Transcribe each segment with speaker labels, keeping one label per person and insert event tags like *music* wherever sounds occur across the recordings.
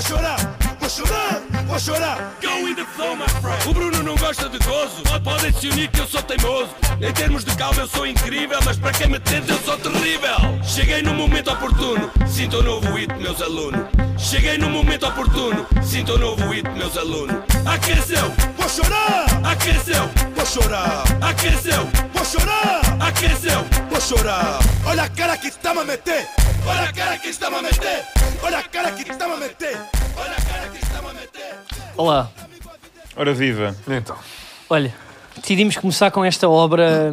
Speaker 1: chorar, vou chorar, vou chorar. Go with the flow, my friend. O Bruno não gosta de gozo. Pode- Podem se unir que eu sou teimoso. Em termos de calma, eu sou incrível. Mas para quem me tenta, eu sou terrível. Cheguei no momento oportuno. Sinto um novo hit, meus alunos. Cheguei no momento oportuno. Sinto um novo hit, meus alunos. Aqueceu, vou chorar. Aqueceu, vou chorar. Aqueceu, vou chorar. Aqueceu, vou chorar. Olha a cara que está a meter. Olha a cara que está a meter. Olha a cara que está a meter. Olha a cara que está a meter.
Speaker 2: Olá,
Speaker 3: Ora viva.
Speaker 4: Então,
Speaker 2: olha, decidimos começar com esta obra,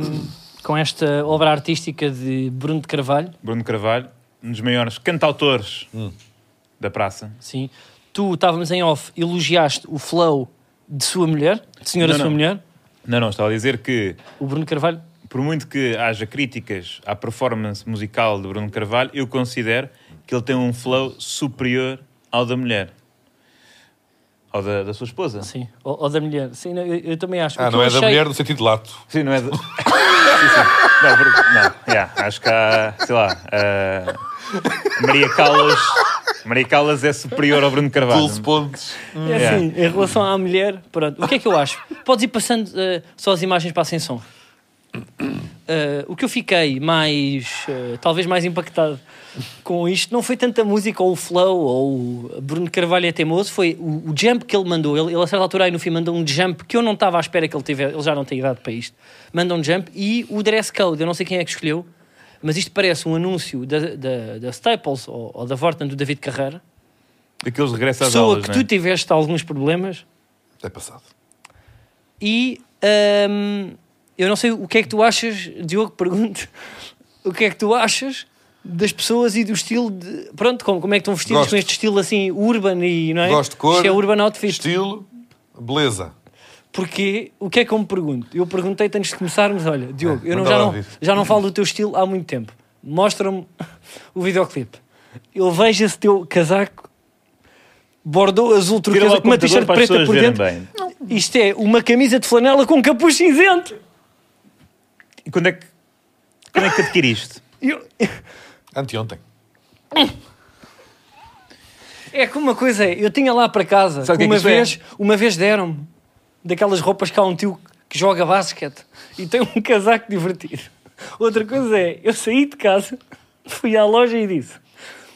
Speaker 2: com esta obra artística de Bruno de Carvalho.
Speaker 3: Bruno Carvalho, um dos maiores cantautores
Speaker 2: Hum.
Speaker 3: da praça.
Speaker 2: Sim, tu estávamos em off, elogiaste o flow de sua mulher, de senhora
Speaker 3: Não,
Speaker 2: sua
Speaker 3: não.
Speaker 2: mulher,
Speaker 3: Não, não, estava a dizer que,
Speaker 2: o Bruno de Carvalho.
Speaker 3: por muito que haja críticas à performance musical de Bruno Carvalho, eu considero que ele tem um flow superior ao da mulher. Ao da, da sua esposa.
Speaker 2: Sim, ou, ou da mulher. Sim, não, eu, eu também acho. O
Speaker 4: ah,
Speaker 2: que
Speaker 4: não
Speaker 2: eu
Speaker 4: é da
Speaker 2: achei-
Speaker 4: mulher no sentido lato.
Speaker 3: Sim, não
Speaker 2: *laughs*
Speaker 3: é. de- Sim, sim. Não, porque, não yeah, acho que há, sei lá, eh, Maria Callas. Maria Callas é superior ao Bruno Carvalho.
Speaker 4: Pulse pontos.
Speaker 2: É assim, em relação à mulher, pronto. O que é que eu acho? Podes ir passando eh, só as imagens para a ascensão. Eh, o que eu fiquei mais, eh, talvez mais impactado com isto, não foi tanto a música ou o flow ou o Bruno Carvalho é teimoso, foi o, o jump que ele mandou. Ele, ele, a certa altura aí no fim, mandou um jump que eu não estava à espera que ele tivesse, ele já não tem idade para isto. Manda um jump e o dress code, eu não sei quem é que escolheu, mas isto parece um anúncio da, da, da Staples ou, ou da Vorten do David Carreira.
Speaker 3: Daqueles regressos às
Speaker 2: Pessoa
Speaker 3: aulas,
Speaker 2: que
Speaker 3: não é?
Speaker 2: tu tiveste alguns problemas,
Speaker 4: É passado.
Speaker 2: e hum, eu não sei o que é que tu achas, Diogo, pergunto o que é que tu achas das pessoas e do estilo de. Pronto, como, como é que estão vestidos
Speaker 4: Gosto.
Speaker 2: com este estilo assim urban e não é?
Speaker 4: Gosto de cor.
Speaker 2: Isto é urban outfit.
Speaker 4: Estilo, beleza.
Speaker 2: Porque o que é que eu me pergunto? Eu perguntei antes de começarmos, olha,
Speaker 3: É,
Speaker 2: Diogo, eu não,
Speaker 4: manda
Speaker 2: já,
Speaker 4: lá,
Speaker 2: não,
Speaker 4: Vivo.
Speaker 2: já não falo do teu estilo há muito tempo. Mostra-me *laughs* o videoclipe. Eu vejo esse teu casaco bordô azul
Speaker 3: Tira
Speaker 2: turquesa
Speaker 3: lá o
Speaker 2: com uma t-shirt
Speaker 3: computador para as
Speaker 2: preta
Speaker 3: pessoas
Speaker 2: por
Speaker 3: verem
Speaker 2: dentro.
Speaker 3: bem.
Speaker 2: Isto é uma camisa de flanela com um capuz cinzento.
Speaker 3: E quando é que, quando é que
Speaker 4: *laughs*
Speaker 3: adquiriste?
Speaker 2: Eu-
Speaker 4: Anteontem.
Speaker 2: É que uma coisa é, eu tinha lá para casa,
Speaker 3: Sabe o que é que
Speaker 2: uma,
Speaker 3: isto
Speaker 2: vez, uma vez deram-me daquelas roupas que há um tio que joga basquete e tem um casaco divertido. Outra coisa é, eu saí de casa, fui à loja e disse: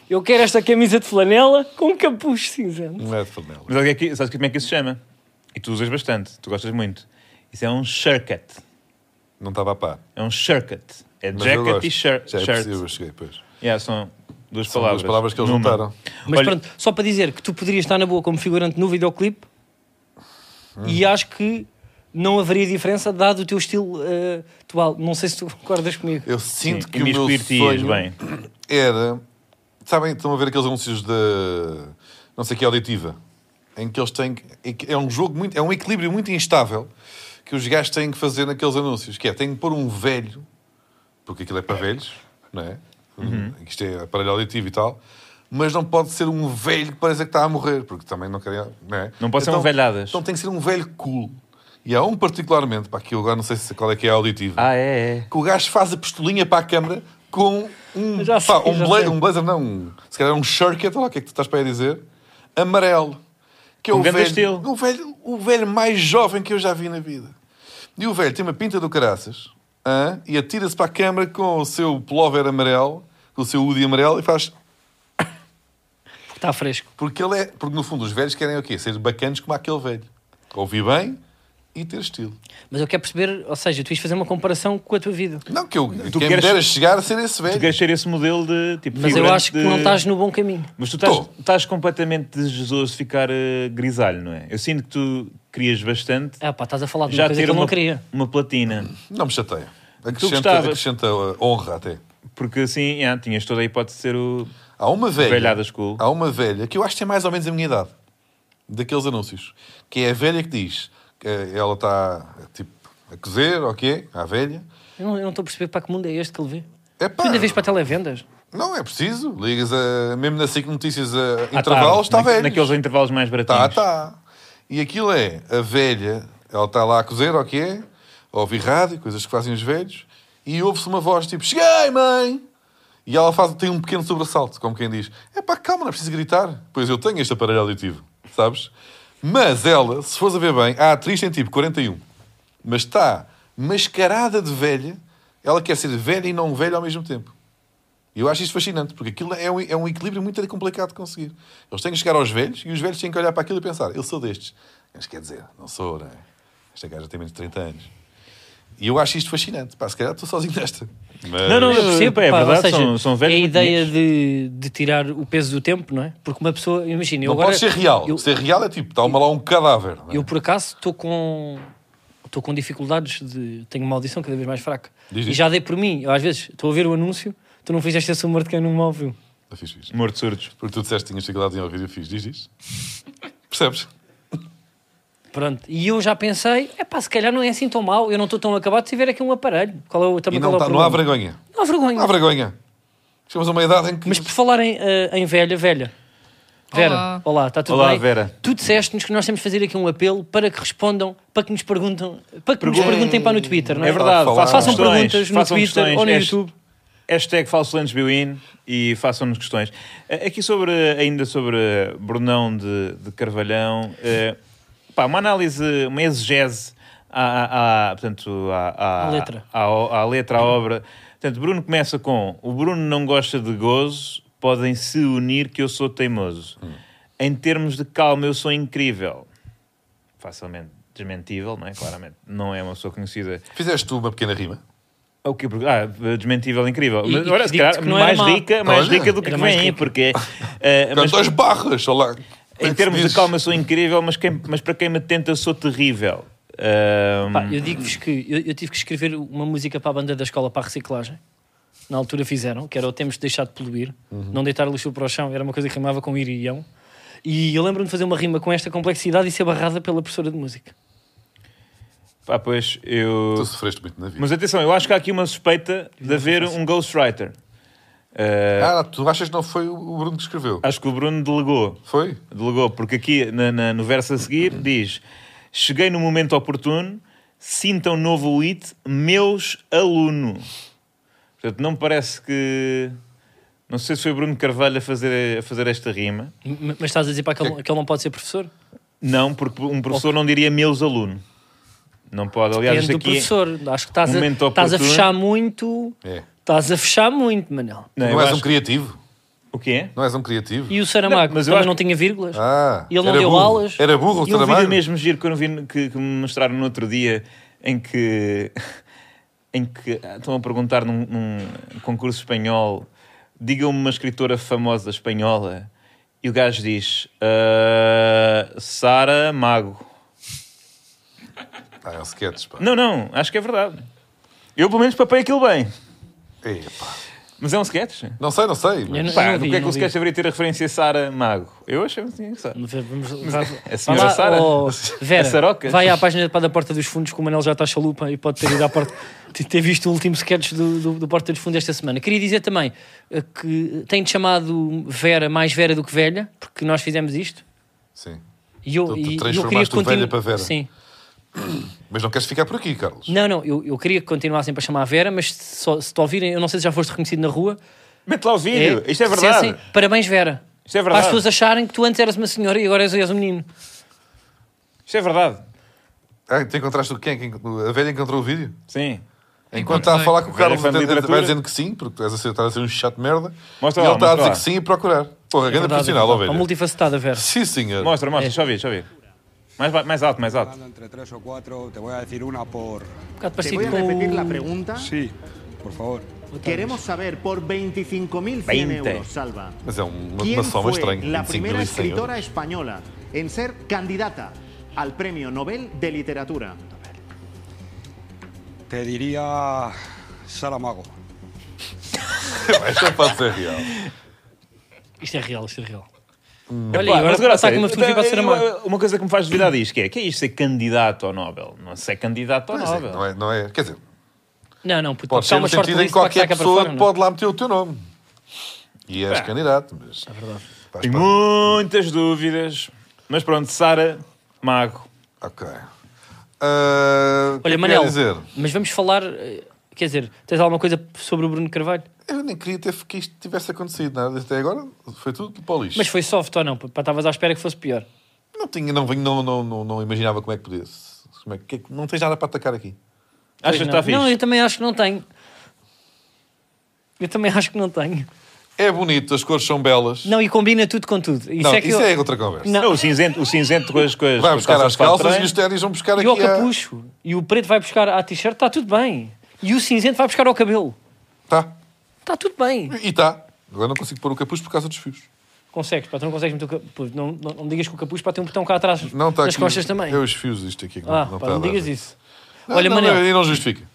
Speaker 2: Eu quero esta camisa de flanela com capuz cinzento.
Speaker 4: Não é de flanela.
Speaker 3: Mas sabes, o que é que- sabes como é que isso se chama? E tu usas bastante, tu gostas muito. Isso é um shirtcut.
Speaker 4: Não estava a pá.
Speaker 3: É um shirtcut. É
Speaker 4: Mas eu
Speaker 3: jacket
Speaker 4: gosto.
Speaker 3: e shirt.
Speaker 4: Já é
Speaker 3: shirt.
Speaker 4: possível, eu cheguei depois.
Speaker 3: Yeah, são duas
Speaker 4: São
Speaker 3: palavras.
Speaker 4: duas palavras que eles
Speaker 3: Numa.
Speaker 4: juntaram.
Speaker 2: Mas
Speaker 3: Olha-
Speaker 2: pronto, só para dizer que tu poderias estar na boa como figurante no videoclipe e
Speaker 3: Hum.
Speaker 2: acho que não haveria diferença dado o teu estilo eh, atual. Não sei se tu concordas comigo.
Speaker 4: Eu sinto
Speaker 3: Sim,
Speaker 4: que o meu
Speaker 3: imiscuir-te-ias
Speaker 4: sonho
Speaker 3: bem.
Speaker 4: era... Sabem, estão a ver aqueles anúncios da... Não sei que auditiva. Em que eles têm... que- em que- É um jogo muito... É um equilíbrio muito instável que os gajos têm que fazer naqueles anúncios. Que é, têm que pôr um velho... Porque aquilo é para velhos, não é?
Speaker 3: Uhum.
Speaker 4: Isto é aparelho auditivo e tal. Mas não pode ser um velho que parece que está a morrer. Porque também não queria... Não, é?
Speaker 3: Não pode ser um velhadas.
Speaker 4: Então tem que ser um velho cool. E há um particularmente, para que eu agora não sei se qual é que é a auditiva
Speaker 3: Ah, é, é.
Speaker 4: que o gajo faz a pistolinha para a câmara com um,
Speaker 2: Já sei,
Speaker 4: pá, um,
Speaker 2: já
Speaker 4: bla-
Speaker 2: sei.
Speaker 4: um blazer, não, um, se calhar um shirket, olha lá o que é que tu estás para aí dizer, amarelo. Que é
Speaker 3: Um
Speaker 4: o
Speaker 3: grande
Speaker 4: velho,
Speaker 3: estilo.
Speaker 4: O velho, o velho mais jovem que eu já vi na vida. E o velho tem uma pinta do caraças hã? e atira-se para a câmara com o seu plover amarelo, com o seu hoodie amarelo e faz...
Speaker 2: Está fresco.
Speaker 4: Porque, ele é, porque no fundo os velhos querem o quê? Ser bacanos como aquele velho. Ouvir bem e ter estilo.
Speaker 2: Mas eu quero perceber, ou seja, tu ias fazer uma comparação com a tua vida.
Speaker 4: Não que eu... quem
Speaker 3: queres-
Speaker 4: me dera chegar a ser esse velho.
Speaker 3: Tu queres ser esse modelo de tipo.
Speaker 2: Mas eu
Speaker 3: figurante
Speaker 2: acho que
Speaker 3: de-
Speaker 2: não estás no bom caminho.
Speaker 3: Mas tu estás,
Speaker 4: Tô.
Speaker 3: estás completamente desejoso de ficar eh, grisalho, não é? Eu sinto que tu querias bastante
Speaker 2: Ah pá, estás a falar de uma
Speaker 3: já
Speaker 2: coisa que
Speaker 3: ter
Speaker 2: eu
Speaker 3: uma,
Speaker 2: não queria.
Speaker 3: uma platina.
Speaker 4: Não me chateia. Acrescenta,
Speaker 3: gostavas.
Speaker 4: acrescenta uh, honra até.
Speaker 3: Porque assim, yeah, tinhas toda a hipótese de ser o.
Speaker 4: Há uma velha.
Speaker 3: Velhada school.
Speaker 4: Há uma velha que eu acho que tem mais ou menos a minha idade. Daqueles anúncios. Que é a velha que diz que eh, ela está tipo a cozer, ok? À velha.
Speaker 2: Eu não eu não estou a perceber para que mundo é este que ele vê.
Speaker 4: É
Speaker 2: Tu
Speaker 4: pá,
Speaker 2: ainda vês para televendas?
Speaker 4: não é preciso. Ligas a, mesmo na SIC Notícias a intervalos, está
Speaker 3: naque-
Speaker 4: velho.
Speaker 3: Ah, tá. Naqueles intervalos mais baratinhos.
Speaker 4: Tá, tá. E aquilo é a velha, ela está lá a cozer, ou o que é, a ouvir rádio, coisas que fazem os velhos, e ouve-se uma voz tipo: Cheguei, mãe! E ela faz, tem um pequeno sobressalto, como quem diz: é pá, calma, não é preciso gritar. Pois eu tenho este aparelho auditivo, sabes? Mas ela, se fores a ver bem, a atriz tem tipo 41, mas está mascarada de velha. Ela quer ser velha e não velha ao mesmo tempo. E eu acho isto fascinante, porque aquilo é um, é um equilíbrio muito complicado de conseguir. Eles têm que chegar aos velhos e os velhos têm que olhar para aquilo e pensar: eu sou destes. Mas quer dizer, não sou, não é? Esta gaja tem menos de 30 anos. E eu acho isto fascinante. Pá, se calhar estou sozinho nesta. Mas-
Speaker 3: Não, não,
Speaker 2: Eu percebo,
Speaker 3: Epá, é
Speaker 2: pá, ou
Speaker 3: verdade,
Speaker 2: seja,
Speaker 3: são- são velhos
Speaker 2: é a
Speaker 3: muito
Speaker 2: ideia de, de tirar o peso do tempo, não é? Porque uma pessoa, imagina, eu
Speaker 4: Não
Speaker 2: agora.
Speaker 4: pode ser real.
Speaker 2: Eu,
Speaker 4: ser real é tipo, está uma lá um cadáver. não é?
Speaker 2: eu, por acaso estou com estou com dificuldades de tenho uma audição cada vez mais fraca.
Speaker 4: Diz
Speaker 2: e
Speaker 4: isso.
Speaker 2: já dei por mim, eu, às vezes estou a ver o anúncio, tu não fizeste esse humor de quem não me ouviu.
Speaker 4: Eu fiz isto.
Speaker 3: Morto surdos.
Speaker 4: Porque tu disseste que tinhas dificuldade em ouvir, eu fiz. Diz isto. Percebes?
Speaker 2: Pronto, e eu já pensei, é pá, se calhar não é assim tão mal, eu não estou tão acabado se tiver aqui um aparelho. Qual é o, também
Speaker 4: E não,
Speaker 2: qual é o
Speaker 4: tá- não há
Speaker 2: problema?
Speaker 4: vergonha.
Speaker 2: Não há vergonha.
Speaker 4: Não há vergonha. Chegamos a uma idade em que.
Speaker 2: Mas por falar em, eh, em velha, velha. Vera,
Speaker 5: Olá.
Speaker 2: olá, está tudo
Speaker 3: Olá,
Speaker 2: bem?
Speaker 3: Vera.
Speaker 2: Tu disseste-nos que nós temos de fazer aqui um apelo para que respondam, para que nos perguntam, para que nos
Speaker 3: Perguntem.
Speaker 2: perguntem para no Twitter, não é?
Speaker 3: É verdade,
Speaker 4: falar.
Speaker 3: façam,
Speaker 4: Façam
Speaker 3: questões,
Speaker 2: perguntas no
Speaker 3: façam
Speaker 2: Twitter
Speaker 3: questões,
Speaker 2: ou no
Speaker 3: hasht-
Speaker 2: YouTube.
Speaker 3: Hashtag FalsoLandsBuin e façam-nos questões. Eh, Aqui sobre, ainda sobre Brunão de, de Carvalhão, eh, pá, uma análise, uma exegese à, à- à- portanto, à, à-
Speaker 2: À letra.
Speaker 3: à, à letra, à obra. Portanto, Bruno começa com o Bruno não gosta de gozo, podem se unir que eu sou teimoso.
Speaker 2: Hum.
Speaker 3: Em termos de calma, eu sou incrível. Facilmente desmentível, não é? Claramente. Não é uma pessoa conhecida
Speaker 4: Fizeste tu uma pequena rima.
Speaker 3: o que? Ah, desmentível, incrível.
Speaker 2: E-
Speaker 3: Mas,
Speaker 2: e
Speaker 3: olha,
Speaker 2: que
Speaker 3: se calhar,
Speaker 2: digo-te que não era
Speaker 3: mais
Speaker 2: má.
Speaker 3: rica, mais
Speaker 4: Olha. Então,
Speaker 3: rica do que
Speaker 2: Era
Speaker 3: vem
Speaker 2: mais
Speaker 3: aí,
Speaker 2: rica. *laughs*
Speaker 3: porque... eh, mas
Speaker 4: Canto aos barras, olha lá.
Speaker 3: em termos de calma sou incrível, mas, quem- mas para quem me tenta sou terrível. Ahm,
Speaker 2: Pá, eu digo-vos que eu, eu tive que escrever uma música para a banda da escola para a reciclagem. Na altura fizeram, que era o Temos de Deixar de Poluir,
Speaker 3: Uhum.
Speaker 2: não deitar lixo para o chão, era uma coisa que rimava com ir e ião. E eu lembro-me de fazer uma rima com esta complexidade e ser barrada pela professora de música.
Speaker 3: pá, pois, eu...
Speaker 4: Tu sofreste muito na vida.
Speaker 3: Mas atenção, eu acho que há aqui uma suspeita de haver
Speaker 2: é
Speaker 3: um ghostwriter. Ah,
Speaker 4: Ah, tu achas que não foi o Bruno que
Speaker 2: É.
Speaker 4: escreveu?
Speaker 3: acho que o Bruno delegou.
Speaker 4: Foi?
Speaker 3: Delegou, porque aqui na- na- no verso a seguir diz: Cheguei no momento oportuno, sintam novo hit, meus aluno. Portanto, não me parece que. Não sei se foi Bruno Carvalho a fazer, a fazer esta rima.
Speaker 2: M- Mas estás a dizer para que ele, que ele não pode ser professor?
Speaker 3: Não, porque um professor não diria meus aluno. Não pode. Aliás,
Speaker 2: Depende
Speaker 3: isto
Speaker 2: do
Speaker 3: aqui. é- um
Speaker 2: professor. Acho que estás, a,
Speaker 3: momento
Speaker 2: estás a
Speaker 3: oportuno.
Speaker 2: fechar muito.
Speaker 4: É.
Speaker 2: Estás a fechar muito, Manel.
Speaker 3: Não,
Speaker 4: Não,
Speaker 3: eu
Speaker 4: és
Speaker 3: acho-
Speaker 4: um criativo.
Speaker 3: O que é?
Speaker 4: Não és um criativo.
Speaker 2: E o Saramago
Speaker 3: Não, mas eu
Speaker 2: também
Speaker 3: acho
Speaker 2: não
Speaker 3: que-
Speaker 2: tinha vírgulas.
Speaker 4: Ah,
Speaker 2: e ele não
Speaker 4: era
Speaker 2: deu
Speaker 4: burro.
Speaker 2: aulas.
Speaker 4: Era burro o
Speaker 3: E um
Speaker 4: trabalho.
Speaker 3: vídeo mesmo giro que, eu não vi, que, que me mostraram no outro dia em que, *laughs* em que ah, estão a perguntar num, num concurso espanhol digam-me uma escritora famosa espanhola e o gajo diz "Ah, Sara Mago.
Speaker 4: Ah, é um sketch, pá.
Speaker 3: Não, não, acho que é verdade. Eu pelo menos papei aquilo bem.
Speaker 4: Epá.
Speaker 3: Mas é um sketch?
Speaker 4: Não sei, não sei. mas-
Speaker 2: Eu não-
Speaker 3: Pá,
Speaker 2: vi,
Speaker 3: do que é que
Speaker 2: não
Speaker 3: o
Speaker 2: vi.
Speaker 3: sketch deveria ter a referência a Sara Mago? Eu achei muito engraçado.
Speaker 2: Vamos ver, vamos- vai-
Speaker 3: A
Speaker 2: vai
Speaker 3: senhora
Speaker 2: lá,
Speaker 3: Sara? *laughs*
Speaker 2: ó,
Speaker 3: A
Speaker 2: Vera,
Speaker 3: Saroca?
Speaker 2: vai à página para da Porta dos Fundos, que o Manel já está chalupa e pode ter ido à porta, *laughs* de ter visto o último sketch do, do, do Porta dos Fundos esta semana. Queria dizer também eh, que tem chamado Vera mais Vera do que velha, porque nós fizemos isto.
Speaker 4: Sim.
Speaker 2: E eu,
Speaker 4: Tu- tu
Speaker 2: e- e eu queria
Speaker 4: transformaste
Speaker 2: que
Speaker 4: o velha
Speaker 2: continu...
Speaker 4: para Vera.
Speaker 2: Sim.
Speaker 4: Mas não queres ficar por aqui, Carlos.
Speaker 2: Não, não, eu, eu queria que continuassem para chamar a Vera, mas se, só- se te ouvirem, eu não sei se já foste reconhecido na rua.
Speaker 3: Mete lá o vídeo, isto é
Speaker 2: que
Speaker 3: verdade.
Speaker 2: dissessem, Parabéns, Vera.
Speaker 3: Isto é
Speaker 2: Para as
Speaker 3: verdade.
Speaker 2: pessoas acharem que tu antes eras uma senhora e agora és, és um menino.
Speaker 3: Isto é verdade.
Speaker 4: Ah, tu encontraste o quem? Quem- A velha encontrou o vídeo?
Speaker 3: Sim.
Speaker 4: Enquanto está a falar com o
Speaker 3: Velha
Speaker 4: Carlos,
Speaker 3: fã de
Speaker 4: vai- vai
Speaker 3: literatura.
Speaker 4: dizendo que sim, porque tu és a ser, estás a ser um chato de merda.
Speaker 3: Mostra
Speaker 4: e
Speaker 3: lá,
Speaker 4: ele está
Speaker 3: mostra
Speaker 4: a dizer
Speaker 3: lá.
Speaker 4: que sim e procurar. Porra, grande
Speaker 2: Verdade,
Speaker 4: profissional,
Speaker 2: é
Speaker 4: ó
Speaker 2: verdade.
Speaker 4: velho.
Speaker 2: Uma multifacetada, Vera.
Speaker 4: Sim, senhor.
Speaker 3: Mostra,
Speaker 2: É.
Speaker 3: mostra, deixa eu ver, deixa eu ver. Mais, ba- mais alto, mais alto.
Speaker 6: Hablando entre tres o cuatro, te voy a decir una por.
Speaker 2: Um bocado
Speaker 7: Te
Speaker 2: parecido
Speaker 7: voy a repetir la
Speaker 2: com o...
Speaker 7: pregunta.
Speaker 6: Sí. Por favor.
Speaker 7: Queremos saber por 25.100
Speaker 3: Veinte.
Speaker 7: euros, Salva.
Speaker 4: Mas é uma,
Speaker 7: ¿Quién
Speaker 4: uma soma
Speaker 7: fue
Speaker 4: estranha.
Speaker 7: la
Speaker 4: 25
Speaker 7: primera
Speaker 4: milhões de euros.
Speaker 7: escritora española en ser candidata al Premio Nobel de Literatura?
Speaker 6: Te diría Saramago.
Speaker 4: Isto não é pode ser real.
Speaker 2: Isto é real, isto é real. Olha, e
Speaker 3: Epá,
Speaker 2: agora
Speaker 3: mas agora
Speaker 2: está
Speaker 3: a
Speaker 2: aqui uma
Speaker 3: sério, então,
Speaker 2: fotografia para ser amado.
Speaker 3: eu- Uma coisa que me faz duvidar disto que é, que é isto ser candidato ao Nobel? Não sei candidato ao
Speaker 4: Pois é,
Speaker 3: Nobel.
Speaker 4: não, é, não é. Quer dizer,
Speaker 2: Não, não, puto, porque
Speaker 4: pode
Speaker 2: há
Speaker 4: ser no
Speaker 2: uma short
Speaker 4: sentido em
Speaker 2: list
Speaker 4: que
Speaker 2: lá que saca
Speaker 4: qualquer
Speaker 2: para
Speaker 4: pessoa
Speaker 2: fora. não é?
Speaker 4: pode lá meter o teu nome. E és candidato, mas. É verdade.
Speaker 3: Tenho muitas dúvidas. Mas pronto, Sara Mago.
Speaker 4: Ok. Ah, o que é
Speaker 2: Olha,
Speaker 4: que
Speaker 2: Manel,
Speaker 4: eu ia dizer?
Speaker 2: mas vamos falar... eh, Quer dizer, tens alguma coisa sobre o Bruno Carvalho?
Speaker 4: Eu nem queria ter que isto tivesse acontecido nada. Até agora foi tudo para o lixo.
Speaker 2: Mas foi soft ou não? Pá, Estavas à espera que fosse pior.
Speaker 4: Não, tinha, não, vinha- não, não, não, não imaginava como é que podia. Como é que, que- não tens nada para atacar aqui. tá
Speaker 2: Pois
Speaker 3: Achas que
Speaker 2: não.
Speaker 3: está fixe?
Speaker 2: Não, eu também acho que não tenho. Eu também acho que não tenho.
Speaker 4: É bonito, as cores são belas.
Speaker 2: Não, e combina tudo com tudo. Isso
Speaker 4: Não,
Speaker 2: é que eu...
Speaker 4: outra conversa.
Speaker 2: Não.
Speaker 3: Não, o cinzento, o cinzento com as coisas.
Speaker 4: Vai buscar as calças e os ténis vão buscar
Speaker 2: E ao
Speaker 4: aqui. a-
Speaker 2: capucho. E o preto vai buscar à t-shirt, está tudo bem. E o cinzento vai buscar ao cabelo.
Speaker 4: Tá.
Speaker 2: Está tudo bem.
Speaker 4: E está. Agora não consigo pôr o capuz por causa dos fios.
Speaker 2: Consegues, pá, tu não consegues meter o capuz. Não, não, não me digas que o capuz pá, tem um botão cá atrás
Speaker 4: Não está
Speaker 2: nas
Speaker 4: aqui.
Speaker 2: costas também.
Speaker 4: É os fios isto aqui. que
Speaker 2: Ah,
Speaker 4: não,
Speaker 2: pá,
Speaker 4: tá
Speaker 2: não
Speaker 4: a dar
Speaker 2: digas
Speaker 4: jeito.
Speaker 2: isso.
Speaker 4: Não,
Speaker 2: Olha,
Speaker 4: não,
Speaker 2: Manel,
Speaker 4: não, E não justifica.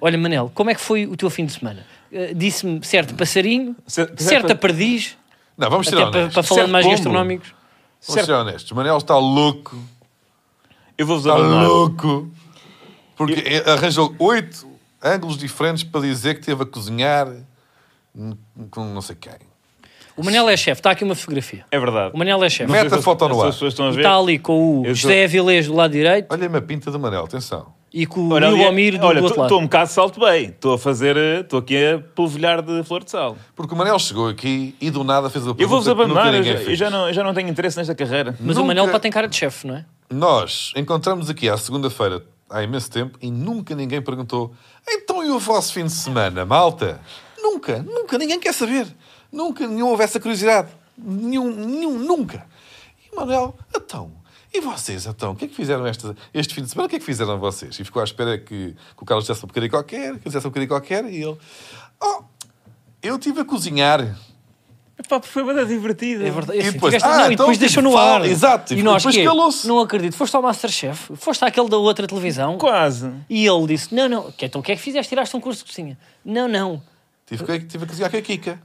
Speaker 2: olha, Manel, como é que foi o teu fim de semana? Eh, Disse-me certo passarinho,
Speaker 3: Certo-
Speaker 2: certa perdiz,
Speaker 4: Não, vamos ser
Speaker 2: até para,
Speaker 4: honestos.
Speaker 2: para falar
Speaker 4: Certo
Speaker 2: de mais
Speaker 4: pombo.
Speaker 2: gastronómicos.
Speaker 4: Vamos ser honestos. O Manel está louco.
Speaker 3: Eu vou-vos um
Speaker 4: Está
Speaker 3: abandonar.
Speaker 4: louco. Porque arranjou oito ângulos diferentes para dizer que teve a cozinhar hum, com não sei quem.
Speaker 2: O Manel é chefe, está aqui uma fotografia.
Speaker 3: É verdade.
Speaker 2: O Manel é chefe.
Speaker 4: Não Mete
Speaker 3: sei
Speaker 4: a
Speaker 3: se-
Speaker 4: foto no
Speaker 3: se
Speaker 4: ar.
Speaker 3: As pessoas estão a
Speaker 2: E
Speaker 3: ver.
Speaker 2: Está ali com o
Speaker 3: Eu sou-
Speaker 2: José Avilés do lado direito
Speaker 4: Olha-me a pinta do Manel, atenção.
Speaker 2: e com o
Speaker 3: Olha, ali-
Speaker 2: Nilomir do,
Speaker 3: olha,
Speaker 2: do outro
Speaker 3: estou um
Speaker 2: lado.
Speaker 3: bocado de salto bem. Estou a fazer. eh, Estou aqui a polvilhar de flor de sal.
Speaker 4: Porque o Manel chegou aqui e do nada fez a pergunta
Speaker 3: Eu vou-vos
Speaker 4: que nunca
Speaker 3: abandonar. Eu
Speaker 4: ninguém
Speaker 3: já, eu
Speaker 4: fez.
Speaker 3: já não, eu já não tenho interesse nesta carreira.
Speaker 2: Mas o
Speaker 4: Nunca-
Speaker 2: Manel pá, tem cara de chefe, não é?
Speaker 4: Nós encontramos aqui à segunda-feira há imenso tempo e nunca ninguém perguntou então e o vosso fim de semana, malta? Nunca, nunca, ninguém quer saber. Nunca, nenhum houve essa curiosidade. Nenhum, nenhum, nunca. E o Manuel, então, e vocês, então, o que é que fizeram esta, este fim de semana? O que é que fizeram vocês? E ficou à espera que, que o Carlos dissesse um bocadinho qualquer, que eu dissesse um bocadinho qualquer, e ele, oh, eu estive a cozinhar.
Speaker 3: É Pá, foi banda divertida.
Speaker 2: É verdade. Assim,
Speaker 4: depois,
Speaker 2: tiveste-
Speaker 4: ah,
Speaker 2: não, e
Speaker 4: então
Speaker 2: depois deixou
Speaker 3: tipo,
Speaker 2: no
Speaker 4: fala-
Speaker 2: ar.
Speaker 4: exato,
Speaker 2: E nós
Speaker 4: depois
Speaker 2: quê?
Speaker 4: calou-se.
Speaker 2: Não acredito. Foste ao Masterchef, foste àquele da outra televisão
Speaker 3: Quase.
Speaker 2: e ele disse: Não, não, que- então o que é que fizeste? Tiraste um curso de cozinha? Não, não.
Speaker 4: Tive, que- tive a cozinhar com a Kika.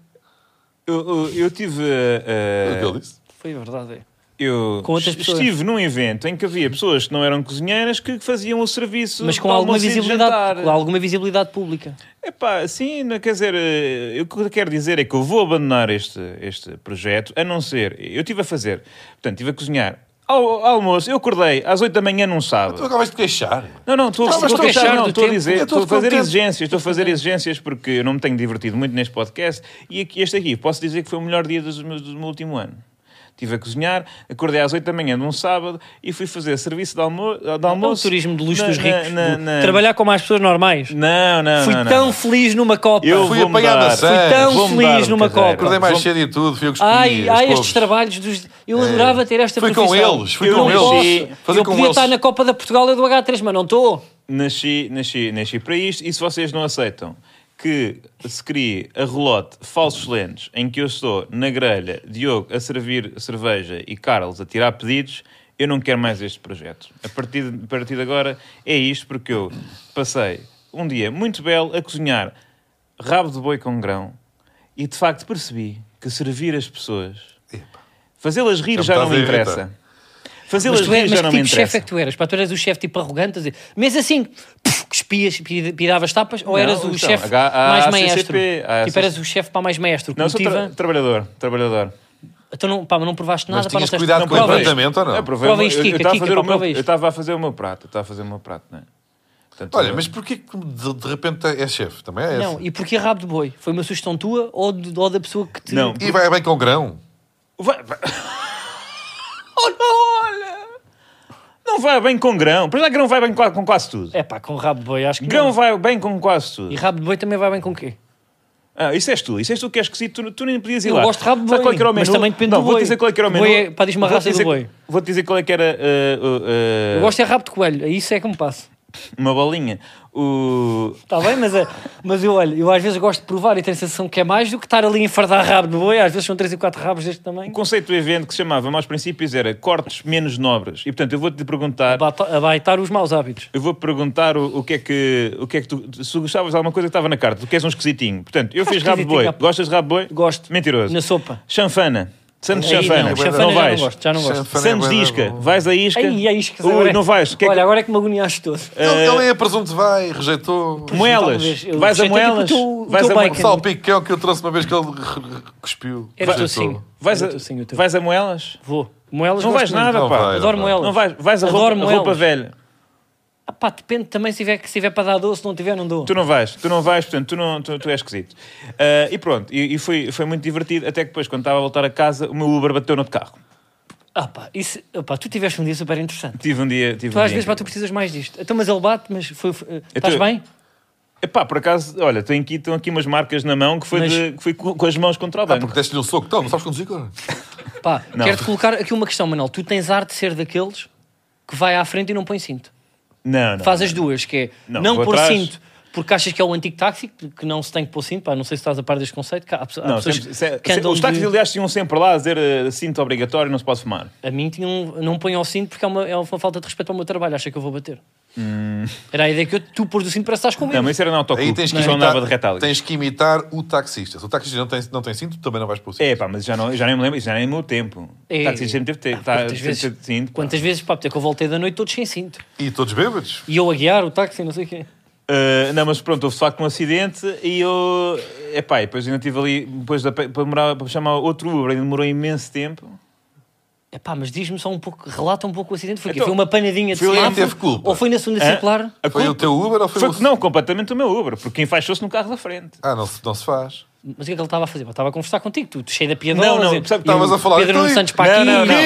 Speaker 3: Eu, eu, eu tive. eh,
Speaker 4: Foi o que ele disse.
Speaker 2: Foi verdade.
Speaker 3: Eu
Speaker 2: Com outras
Speaker 3: est-
Speaker 2: pessoas.
Speaker 3: estive num evento em que havia pessoas que não eram cozinheiras que faziam o serviço
Speaker 2: Mas com
Speaker 3: de
Speaker 2: alguma
Speaker 3: almoço e de
Speaker 2: visibilidade,
Speaker 3: jantar.
Speaker 2: com alguma visibilidade pública.
Speaker 3: Epá, sim, não- quer dizer, eh, o que eu quero dizer é que eu vou abandonar este, este projeto, a não ser, eu estive a fazer, portanto, estive a cozinhar ao, ao almoço, eu acordei às 8 da manhã num
Speaker 4: Tu
Speaker 3: sábado.
Speaker 4: acabas de queixar.
Speaker 3: Não, não, estou
Speaker 2: Não, mas
Speaker 3: estou a
Speaker 2: estou a
Speaker 3: queixar,
Speaker 2: queixar
Speaker 3: não,
Speaker 2: do
Speaker 3: estou a
Speaker 2: tempo.
Speaker 3: dizer,
Speaker 4: Eu
Speaker 3: estou
Speaker 4: estou
Speaker 3: a fazer
Speaker 4: contente.
Speaker 3: exigências, estou a
Speaker 2: Uhum.
Speaker 3: fazer exigências porque eu não me tenho divertido muito neste podcast e aqui- este aqui, posso dizer que foi o melhor dia dos meus- do meu último ano. Estive a cozinhar, acordei às 8 da manhã num sábado e fui fazer serviço de, almo de
Speaker 2: É o
Speaker 3: almoço.
Speaker 2: turismo de luxo
Speaker 3: na-
Speaker 2: dos
Speaker 3: na-
Speaker 2: ricos.
Speaker 3: na-
Speaker 2: do-
Speaker 3: na-
Speaker 2: Trabalhar com mais pessoas normais.
Speaker 3: Não, não,
Speaker 2: Fui
Speaker 3: não, não,
Speaker 2: tão
Speaker 3: não.
Speaker 2: feliz numa Copa.
Speaker 3: Eu
Speaker 4: Fui
Speaker 3: vou
Speaker 4: apanhado
Speaker 3: mudar.
Speaker 4: a sério.
Speaker 2: Fui tão
Speaker 3: Vou
Speaker 2: feliz
Speaker 3: mudar de
Speaker 2: numa
Speaker 3: carreira.
Speaker 2: Copa.
Speaker 4: Acordei mais
Speaker 3: Vou-
Speaker 4: cedo e tudo, fui eu que escolhi.
Speaker 2: Ai,
Speaker 4: os
Speaker 2: ai,
Speaker 4: povos.
Speaker 2: estes trabalhos dos. Eu adorava ter esta
Speaker 4: Fui com
Speaker 2: profissão.
Speaker 4: eles, fui
Speaker 2: eu
Speaker 4: com
Speaker 2: não
Speaker 4: eles.
Speaker 2: posso.
Speaker 4: Fui
Speaker 2: eu
Speaker 4: com
Speaker 2: podia
Speaker 4: eles.
Speaker 2: estar na Copa da Portugal e do H3, mas não estou.
Speaker 3: Nasci, nasci, nasci para isto e se vocês não aceitam que se crie a relote falsos lentes em que eu estou na grelha, Diogo a servir cerveja e Carlos a tirar pedidos, eu não quero mais este projeto. A partir de, a partir de agora é isto porque eu passei um dia muito belo a cozinhar rabo de boi com grão e de facto percebi que servir as pessoas, fazê-las rir
Speaker 4: Já
Speaker 3: já,
Speaker 4: me
Speaker 3: não me
Speaker 4: estás a irritar.
Speaker 3: interessa. Fazê-las
Speaker 2: Mas, tu é- mas
Speaker 3: rir já não
Speaker 2: que
Speaker 3: me
Speaker 2: tipo de chefe
Speaker 3: interessa.
Speaker 2: é que tu eras? Pá, tu eras o chefe tipo arrogante, a dizer, mas assim, puf, que espias, pi- piravas tapas? Ou
Speaker 3: Não,
Speaker 2: eras o
Speaker 3: então,
Speaker 2: chefe
Speaker 3: H- A-
Speaker 2: mais
Speaker 3: ACCP,
Speaker 2: maestro?
Speaker 3: A-
Speaker 2: Tipo, eras o chefe para mais maestro. que
Speaker 3: Não, sou tra-
Speaker 2: motiva.
Speaker 3: trabalhador, trabalhador.
Speaker 2: Então não, pá, mas não provaste nada, pá, não
Speaker 4: tinhas
Speaker 2: teste
Speaker 4: cuidado
Speaker 2: não
Speaker 4: com o
Speaker 2: provas.
Speaker 4: levantamento. Ou não?
Speaker 3: É, provei-
Speaker 2: Prova isto,
Speaker 3: eu- eu
Speaker 2: Kika,
Speaker 3: estava a
Speaker 2: Kika,
Speaker 3: fazer
Speaker 2: pá,
Speaker 3: o meu-
Speaker 2: prova isto.
Speaker 3: Eu estava a fazer o meu prato, eu estava a fazer o meu prato, não é? Portanto,
Speaker 4: Olha,
Speaker 3: eu-
Speaker 4: mas porquê que de, de repente é chefe? Também é
Speaker 2: Não,
Speaker 4: esse.
Speaker 2: e porquê rabo de boi? Foi uma sugestão tua ou, de- ou da pessoa que te...
Speaker 3: Não.
Speaker 4: E vai bem com grão.
Speaker 3: *laughs* Vai- vai- olha, olha! Não vai bem com grão. Para já grão vai bem com, com quase tudo.
Speaker 2: É pá, com rabo de boi acho que
Speaker 3: Grão
Speaker 2: não.
Speaker 3: vai bem com quase
Speaker 2: E
Speaker 3: tudo.
Speaker 2: rabo de boi também vai bem com quê?
Speaker 3: Ah, isso és tu, isso és tu que és esquisito, tu, tu nem podias ir
Speaker 2: Eu
Speaker 3: lá.
Speaker 2: gosto de rabo de boi,
Speaker 3: Sabe qual é que era o
Speaker 2: mas
Speaker 3: menu?
Speaker 2: também depende
Speaker 3: não,
Speaker 2: do
Speaker 3: vou
Speaker 2: boi.
Speaker 3: dizer qual é que era o
Speaker 2: O boi
Speaker 3: menu.
Speaker 2: é- pá, diz-me a
Speaker 3: Vou
Speaker 2: raça do
Speaker 3: dizer-
Speaker 2: boi.
Speaker 3: Vou dizer qual é que era ah, ah, ah,
Speaker 2: Eu gosto é rabo de coelho, aí isso é que me passa.
Speaker 3: eh, uma bolinha. O...
Speaker 2: Está bem, mas, é, mas eu olho, eu às vezes gosto de provar e tenho a sensação que é mais do que estar ali a enfardar rabo de boi, às vezes são 3 e 4 rabos deste
Speaker 3: O
Speaker 2: tamanho.
Speaker 3: conceito do evento que se chamava Maus Princípios era cortes menos nobres. E portanto, eu vou-te perguntar,
Speaker 2: Abata- Abaitar os maus hábitos.
Speaker 3: eu vou perguntar o, o que é que, o que é que tu, se gostavas de alguma coisa que estava na carta, tu queres um esquisitinho. Portanto, eu
Speaker 2: Acho
Speaker 3: fiz rabo de boi.
Speaker 2: Ah, esquisitinho, pá.
Speaker 3: Gostas de rabo de boi?
Speaker 2: Gosto.
Speaker 3: Mentiroso.
Speaker 2: Na sopa.
Speaker 3: Chanfana. Santos
Speaker 2: Aí
Speaker 3: chanfana.
Speaker 2: não, chanfana
Speaker 3: Não
Speaker 2: já
Speaker 3: vais.
Speaker 2: não gosto, já não gosto.
Speaker 4: Chanfana
Speaker 3: Santos
Speaker 4: é
Speaker 3: de
Speaker 4: bué da
Speaker 3: isca.
Speaker 4: bom.
Speaker 3: vais à isca.
Speaker 2: Aí, é isso que
Speaker 3: Ui, não vais. O Que é que-
Speaker 2: Olha, agora é que me agoniaste todo.
Speaker 4: Ele, ele é a presunto vai, rejeitou.
Speaker 3: Moelas.
Speaker 2: Talvez, eu
Speaker 3: Vais a
Speaker 2: rejeitei tipo
Speaker 3: moelas.
Speaker 2: o teu- o
Speaker 3: Vais
Speaker 2: teu
Speaker 3: a mo-
Speaker 2: bacon.
Speaker 4: O salpique que é o que eu trouxe uma vez que ele re- re- cuspiu.
Speaker 2: Era tu
Speaker 4: rejeitou.
Speaker 2: sim.
Speaker 3: Vais
Speaker 2: Era tu sim, o
Speaker 3: a-
Speaker 2: teu.
Speaker 3: vais a moelas?
Speaker 2: Vou. Moelas
Speaker 3: Não
Speaker 2: gosto
Speaker 3: vais
Speaker 2: muito.
Speaker 3: nada,
Speaker 4: Não
Speaker 3: pá.
Speaker 4: vai,
Speaker 2: Adoro
Speaker 4: não vai.
Speaker 2: moelas.
Speaker 3: Não vais, vais a
Speaker 2: Adoro
Speaker 3: roupa, a roupa
Speaker 2: moelas.
Speaker 3: velha.
Speaker 2: Ah, pá, depende também se tiver, se tiver para dar doce, se não tiver, não dou.
Speaker 3: Tu não vais, tu não vais, portanto, tu, não, tu, tu és esquisito. Ah, e pronto, e, e foi, foi muito divertido, até que depois, quando estava a voltar a casa, o meu Uber bateu no outro carro.
Speaker 2: Ah, pá, isso, ah, pá, tu tiveste um dia super interessante.
Speaker 3: Tive um dia. Tive
Speaker 2: Tu
Speaker 3: um
Speaker 2: às
Speaker 3: dia
Speaker 2: vezes, pá,
Speaker 3: incrível.
Speaker 2: tu precisas mais disto. Então, mas ele bate, mas foi, foi- eh, estás
Speaker 3: tô-
Speaker 2: bem?
Speaker 3: Epá, por acaso, olha, tenho aqui, estão aqui umas marcas na mão que foi,
Speaker 2: Mas-
Speaker 3: de- que foi co- com, as mãos contra o
Speaker 4: Ah,
Speaker 3: banco.
Speaker 4: porque deste-lhe um soco. Então, não sabes conduzir agora.
Speaker 2: Pá,
Speaker 3: Não.
Speaker 2: quero-te colocar aqui uma questão, Manuel. Tu tens ar de ser daqueles que vai à frente e não põe cinto.
Speaker 3: Não, não.
Speaker 2: Faz as duas, que é
Speaker 3: Não,
Speaker 2: não,
Speaker 3: vou
Speaker 2: pôr
Speaker 3: atrás.
Speaker 2: cinto porque achas que é o antigo táxi, que que não se tem que pôr cinto. Pá, não sei se estás a par deste conceito. que há pessoa- há
Speaker 3: Não,
Speaker 2: pessoas
Speaker 3: sempre- se-
Speaker 2: que
Speaker 3: se-
Speaker 2: andam
Speaker 3: os táxis,
Speaker 2: de-
Speaker 3: aliás, tinham sempre lá a dizer eh, cinto obrigatório, não se pode fumar.
Speaker 2: A mim tinham, não põe ao cinto porque é uma, é uma falta de respeito ao meu trabalho. Acha que eu vou bater. Era a ideia que eu, tu pôs o cinto para estás comigo.
Speaker 3: Hum. Não, mas isso era na autoclube,
Speaker 4: Aí tens que,
Speaker 3: só
Speaker 4: imitar,
Speaker 3: andava de retalho.
Speaker 4: tens que imitar o taxista. Se o taxista não tem, não tem cinto, também não vais para o cinto.
Speaker 3: É, pá, mas já, não, já nem me lembro, isso já nem é meu tempo.
Speaker 2: É.
Speaker 3: O táxi sempre teve tempo. tá,
Speaker 2: Quantas
Speaker 3: sempre
Speaker 2: vezes,
Speaker 3: teve cinto, pá.
Speaker 2: quantas vezes, pá, porque é que eu voltei da noite todos sem cinto.
Speaker 3: É.
Speaker 4: E todos bêbados.
Speaker 2: E eu a guiar o táxi, não sei o quê.
Speaker 3: Uh, não, mas pronto, houve de facto um acidente e eu. Epá, e depois ainda estive ali, depois da, para, demorar, para chamar outro Uber, ainda demorou imenso tempo.
Speaker 2: Epá, mas diz-me só um pouco, relata um pouco o acidente. Foi, o quê?
Speaker 3: Então,
Speaker 2: foi uma panadinha de
Speaker 4: foi ele que
Speaker 2: semáforo?
Speaker 4: teve culpa.
Speaker 2: Ou foi na segunda
Speaker 3: Hã?
Speaker 2: circular?
Speaker 3: A
Speaker 4: Ah, Foi o
Speaker 3: culpa-
Speaker 4: teu Uber ou foi,
Speaker 3: Foi,
Speaker 4: o...
Speaker 3: não, completamente o meu Uber, porque quem faz se no carro da frente.
Speaker 4: Ah, não, se- não se faz.
Speaker 2: Mas o que é que ele estava a fazer? Ele estava a conversar contigo, tu, tu cheio da piadola.
Speaker 3: Não, não,
Speaker 2: e-
Speaker 3: percebe que
Speaker 2: e o
Speaker 4: Estavas a falar.
Speaker 2: Pedro
Speaker 4: então,
Speaker 2: Nuno
Speaker 4: e-
Speaker 2: Santos para aqui
Speaker 3: Não, não,
Speaker 2: e
Speaker 4: Quê?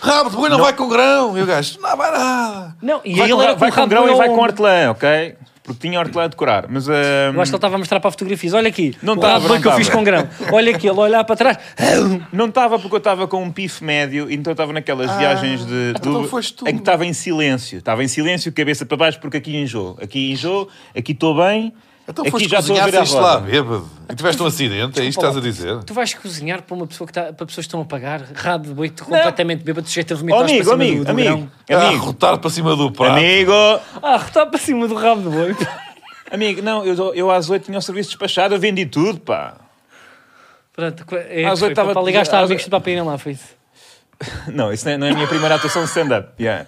Speaker 2: tal.
Speaker 4: Rabo de boi não, vai com grão. E o gajo, não vai nada.
Speaker 2: Não, e
Speaker 3: vai
Speaker 2: ele
Speaker 3: com,
Speaker 2: era
Speaker 3: vai
Speaker 2: o
Speaker 3: com
Speaker 2: rabo
Speaker 3: grão e
Speaker 2: ao
Speaker 3: vai com
Speaker 2: ombro.
Speaker 3: hortelã, ok? Porque tinha hortelã a decorar. Mas. ah,
Speaker 2: Eu acho que ele estava a mostrar para fotografias. Olha aqui,
Speaker 3: Não
Speaker 2: o
Speaker 3: tá estava,
Speaker 2: rabo
Speaker 3: não
Speaker 2: que eu fiz
Speaker 3: estava.
Speaker 2: com grão. Olha aqui, ele olhar para trás. Hum, tá-
Speaker 3: Não estava porque eu estava com um pif médio, então eu estava naquelas
Speaker 2: Ah.
Speaker 3: viagens de, de
Speaker 4: então
Speaker 3: Uber
Speaker 4: foste tu.
Speaker 3: em que estava em silêncio. Estava em silêncio, cabeça para baixo, porque aqui enjoo. Aqui enjoo, aqui estou bem,
Speaker 4: Então
Speaker 3: aqui
Speaker 4: foste
Speaker 3: É já estou a
Speaker 4: cozinhar,
Speaker 3: ver a
Speaker 4: saíste lá
Speaker 3: roda.
Speaker 4: bêbado. E tiveste um acidente, é isto que estás a dizer?
Speaker 2: Tu vais cozinhar para uma pessoa que está, para pessoas que estão a pagar, rabo de boi, tu completamente bêbado, sujeito a
Speaker 3: Oh,
Speaker 2: vomitar
Speaker 3: amigo,
Speaker 2: para cima
Speaker 3: amigo,
Speaker 2: do, do
Speaker 3: amigo,
Speaker 2: grão.
Speaker 4: A
Speaker 3: amigo,
Speaker 4: rotar Ah, para cima do prato.
Speaker 3: amigo,
Speaker 2: Ah, está para cima do rabo de boi.
Speaker 3: amigo, não, eu, eu às oito tinha o serviço despachado, eu vendi tudo, pá. *laughs*
Speaker 2: Pronto, é,
Speaker 3: Às
Speaker 2: foi,
Speaker 3: oito tava-
Speaker 2: para ligar está
Speaker 3: às-
Speaker 2: amigos de papel lá, foi
Speaker 3: *laughs*
Speaker 2: isso.
Speaker 3: Não, isso não é, não é a minha primeira atuação de stand-up.
Speaker 4: *laughs*
Speaker 3: Yeah.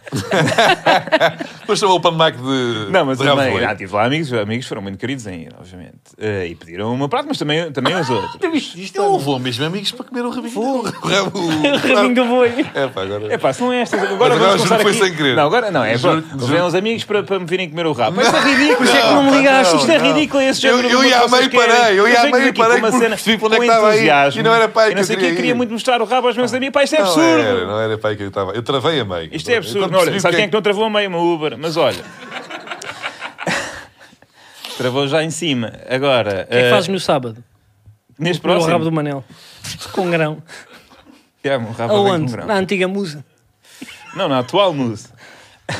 Speaker 4: Depois chamou o open mic de,
Speaker 3: Não, mas
Speaker 4: de rabo
Speaker 3: também,
Speaker 4: de
Speaker 3: ah,
Speaker 4: boi.
Speaker 3: já tive lá amigos, amigos foram muito queridos em ir, obviamente. Eh, e pediram uma prato, mas também, também os
Speaker 4: *laughs*
Speaker 3: outros. é um
Speaker 4: Eu vou mesmo amigos para comer o rabinho. *laughs* do- O
Speaker 3: *laughs*
Speaker 4: rabo.
Speaker 2: Rabinho do boi.
Speaker 4: É pá, agora.
Speaker 3: É pá, se não é esta. Agora
Speaker 4: Mas agora
Speaker 3: vamos começar
Speaker 4: juro que foi
Speaker 3: aqui.
Speaker 4: sem querer.
Speaker 3: Não, agora não, é
Speaker 4: Juro-
Speaker 3: pronto.
Speaker 4: juro-
Speaker 3: Vêm uns amigos para, para me virem comer o rabo. Mas isto é ridículo,
Speaker 2: Isto é que não me ligaste.
Speaker 3: isto é
Speaker 4: não.
Speaker 3: ridículo, é esse
Speaker 4: Eu-
Speaker 3: género de
Speaker 4: eu
Speaker 3: humor
Speaker 4: ia
Speaker 3: que
Speaker 4: a
Speaker 3: vocês
Speaker 4: meio
Speaker 3: querem.
Speaker 4: parei, eu ia a
Speaker 3: venho
Speaker 4: meio
Speaker 3: aqui com
Speaker 4: parei
Speaker 3: uma
Speaker 4: porque
Speaker 3: cena
Speaker 4: percebi para onde é
Speaker 3: com
Speaker 4: que estava a ir
Speaker 3: entusiasmo,
Speaker 4: e não era para aí
Speaker 3: e não
Speaker 4: que
Speaker 3: sei
Speaker 4: eu
Speaker 3: o quê,
Speaker 4: queria
Speaker 3: queria
Speaker 4: ir. Ah.
Speaker 3: muito mostrar o rabo aos meus amigos. Pá, isto é
Speaker 4: Não era,
Speaker 3: absurdo.
Speaker 4: não era para aí que eu estava. Eu travei a meio.
Speaker 3: Isto é
Speaker 4: Eu
Speaker 3: absurdo.
Speaker 4: quando
Speaker 3: Olha,
Speaker 4: percebi
Speaker 3: sabe
Speaker 4: o
Speaker 3: quem é que não travou a meio uma Uber? Mas olha. *laughs* Travou já em cima. Agora,
Speaker 2: O que é que
Speaker 3: eh,
Speaker 2: fazes no sábado?
Speaker 3: neste
Speaker 2: Para o rabo do
Speaker 3: próximo.
Speaker 2: Manel. Com um
Speaker 4: Tá
Speaker 2: grão.
Speaker 3: É, um rabo bem com
Speaker 2: Aonde?
Speaker 3: grão.
Speaker 2: Na antiga musa.
Speaker 3: Não, na atual mousse. *laughs*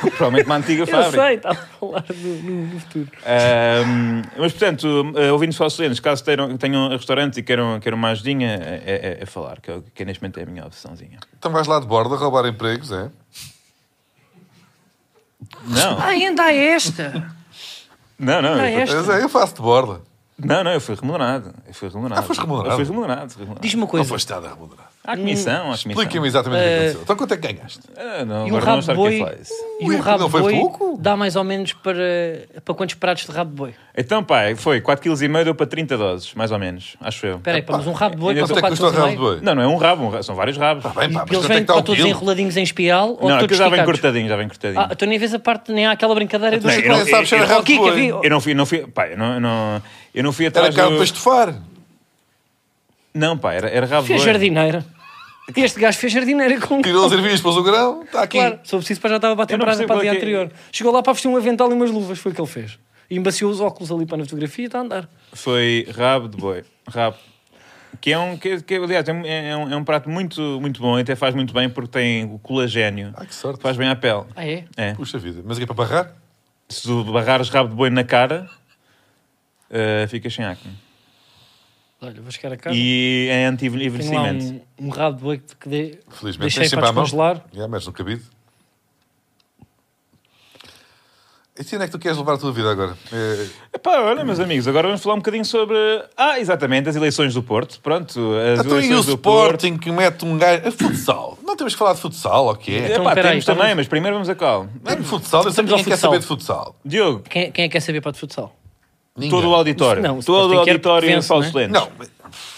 Speaker 3: Provavelmente uma antiga
Speaker 2: Eu
Speaker 3: fábrica.
Speaker 2: sei, estava a falar do, no, no futuro.
Speaker 3: Ahm, mas, portanto, eh, ouvindo só silêncios, caso tenham, tenham restaurantes e queiram, queiram uma ajudinha, é, é- é falar, que, eu, que neste momento é a minha obsessãozinha.
Speaker 4: Então vais lá de borda roubar empregos, é?
Speaker 3: Não,
Speaker 2: ainda Ah, então há esta.
Speaker 3: não, não.
Speaker 2: Ah,
Speaker 3: eu,
Speaker 2: esta.
Speaker 4: Mas é, eu faço de borda.
Speaker 3: não, não, eu fui remunerado. Eu fui remunerado.
Speaker 4: Ah, foste remunerado?
Speaker 3: Eu fui remunerado. remunerado.
Speaker 2: Diz-me uma
Speaker 4: Não
Speaker 2: coisa.
Speaker 4: foste nada remunerado.
Speaker 3: Há comissão, há comissão.
Speaker 4: Explica-me exatamente o
Speaker 3: Eh,
Speaker 4: que aconteceu. Então quanto é que ganhaste?
Speaker 3: Ah, não,
Speaker 2: E um o
Speaker 3: agora não
Speaker 2: rabo de
Speaker 3: estar aqui
Speaker 2: boi,
Speaker 3: a falar isso.
Speaker 2: e
Speaker 4: Ui,
Speaker 2: o rabo
Speaker 4: não
Speaker 2: de
Speaker 4: foi
Speaker 2: boi
Speaker 4: pouco?
Speaker 2: dá mais ou menos para, para quantos pratos de rabo de boi?
Speaker 3: Então, pá, foi 4,5 kg deu para 30 doses, mais ou menos, acho eu.
Speaker 2: Espera aí, pá, mas um rabo de boi
Speaker 3: ainda
Speaker 2: custa
Speaker 4: Quanto é que custa o
Speaker 2: 4
Speaker 4: rabo de boi?
Speaker 3: Não, não é um rabo, um rabo, são vários rabos.
Speaker 4: Bem, pá, mas
Speaker 2: Eles
Speaker 4: quanto é que
Speaker 2: vêm
Speaker 4: está o
Speaker 2: todos
Speaker 4: quilo?
Speaker 2: enroladinhos em espiral ou
Speaker 3: não, aquilo
Speaker 2: todos
Speaker 3: já vem
Speaker 2: esticados?
Speaker 3: cortadinho, já vem cortadinho.
Speaker 2: Ah, tu nem vês a parte, nem há aquela brincadeira do
Speaker 3: Não, eu não-
Speaker 4: Nem sabes se era
Speaker 3: eu-
Speaker 4: rabo de
Speaker 2: Kika,
Speaker 4: boi.
Speaker 2: vi-
Speaker 3: Eu não fui, eu não fui, pá, eu não, eu não, eu não fui
Speaker 4: Era
Speaker 3: atrás
Speaker 4: carne
Speaker 3: do-
Speaker 4: para estufar.
Speaker 3: Não, pá, era, era rabo de
Speaker 2: Fez
Speaker 3: boi.
Speaker 2: jardineira. Este gajo fez jardineira com...
Speaker 4: Tirou as ervilhas para o grão, está aqui.
Speaker 2: Claro, só preciso para já estava para a
Speaker 3: Eu não
Speaker 2: temporada
Speaker 3: percebo
Speaker 2: para o dia
Speaker 3: qual é que é.
Speaker 2: anterior. Chegou lá para vestir um avental e umas luvas, foi o que ele fez. E embaciou os óculos ali para na fotografia e está a andar.
Speaker 3: Foi rabo de boi. Rabo. Que é um, que, que, aliás, é um, é um- é um prato muito, muito bom e até faz muito bem porque tem o colagênio.
Speaker 4: Ah, que sorte.
Speaker 3: Faz bem à pele.
Speaker 2: Ah, é?
Speaker 3: É.
Speaker 4: Puxa vida. Mas aqui é para barrar?
Speaker 3: Se tu barrares rabo de boi na cara, eh, ficas sem acne.
Speaker 2: Olha, vou chegar a casa.
Speaker 3: E é
Speaker 2: Tenho lá
Speaker 3: anti-envelhecimento.
Speaker 2: um, um rabo de boi que que dei.
Speaker 4: Felizmente
Speaker 2: deixei para descongelar.
Speaker 4: Já, mas no cabide. E tu, onde é que tu queres levar a tua vida agora? É...
Speaker 3: Epá, olha, meus amigos, agora vamos falar um bocadinho sobre. Ah, exatamente, as eleições do Porto. Pronto, as
Speaker 4: Então e
Speaker 3: eleições
Speaker 4: o
Speaker 3: do Porto.
Speaker 4: Sporting que mete um gajo... É futsal. Não temos que falar de futsal, ou quê?
Speaker 3: Epá,
Speaker 2: Então, espera aí,
Speaker 3: temos também,
Speaker 2: estamos-
Speaker 3: mas primeiro vamos a qual?
Speaker 4: Temos futsal, eu sei
Speaker 2: Estamos ao
Speaker 4: ninguém quer
Speaker 2: futsal.
Speaker 4: saber de futsal.
Speaker 3: Diogo,
Speaker 2: Quem, quem é que quer saber para de futsal?
Speaker 4: Ninguém. é.
Speaker 3: todo o auditório.
Speaker 2: Não, o
Speaker 3: todo o
Speaker 2: Sporting quer porque
Speaker 3: auditório
Speaker 2: vence,
Speaker 3: só
Speaker 2: não é?
Speaker 3: os lentes.
Speaker 4: Não,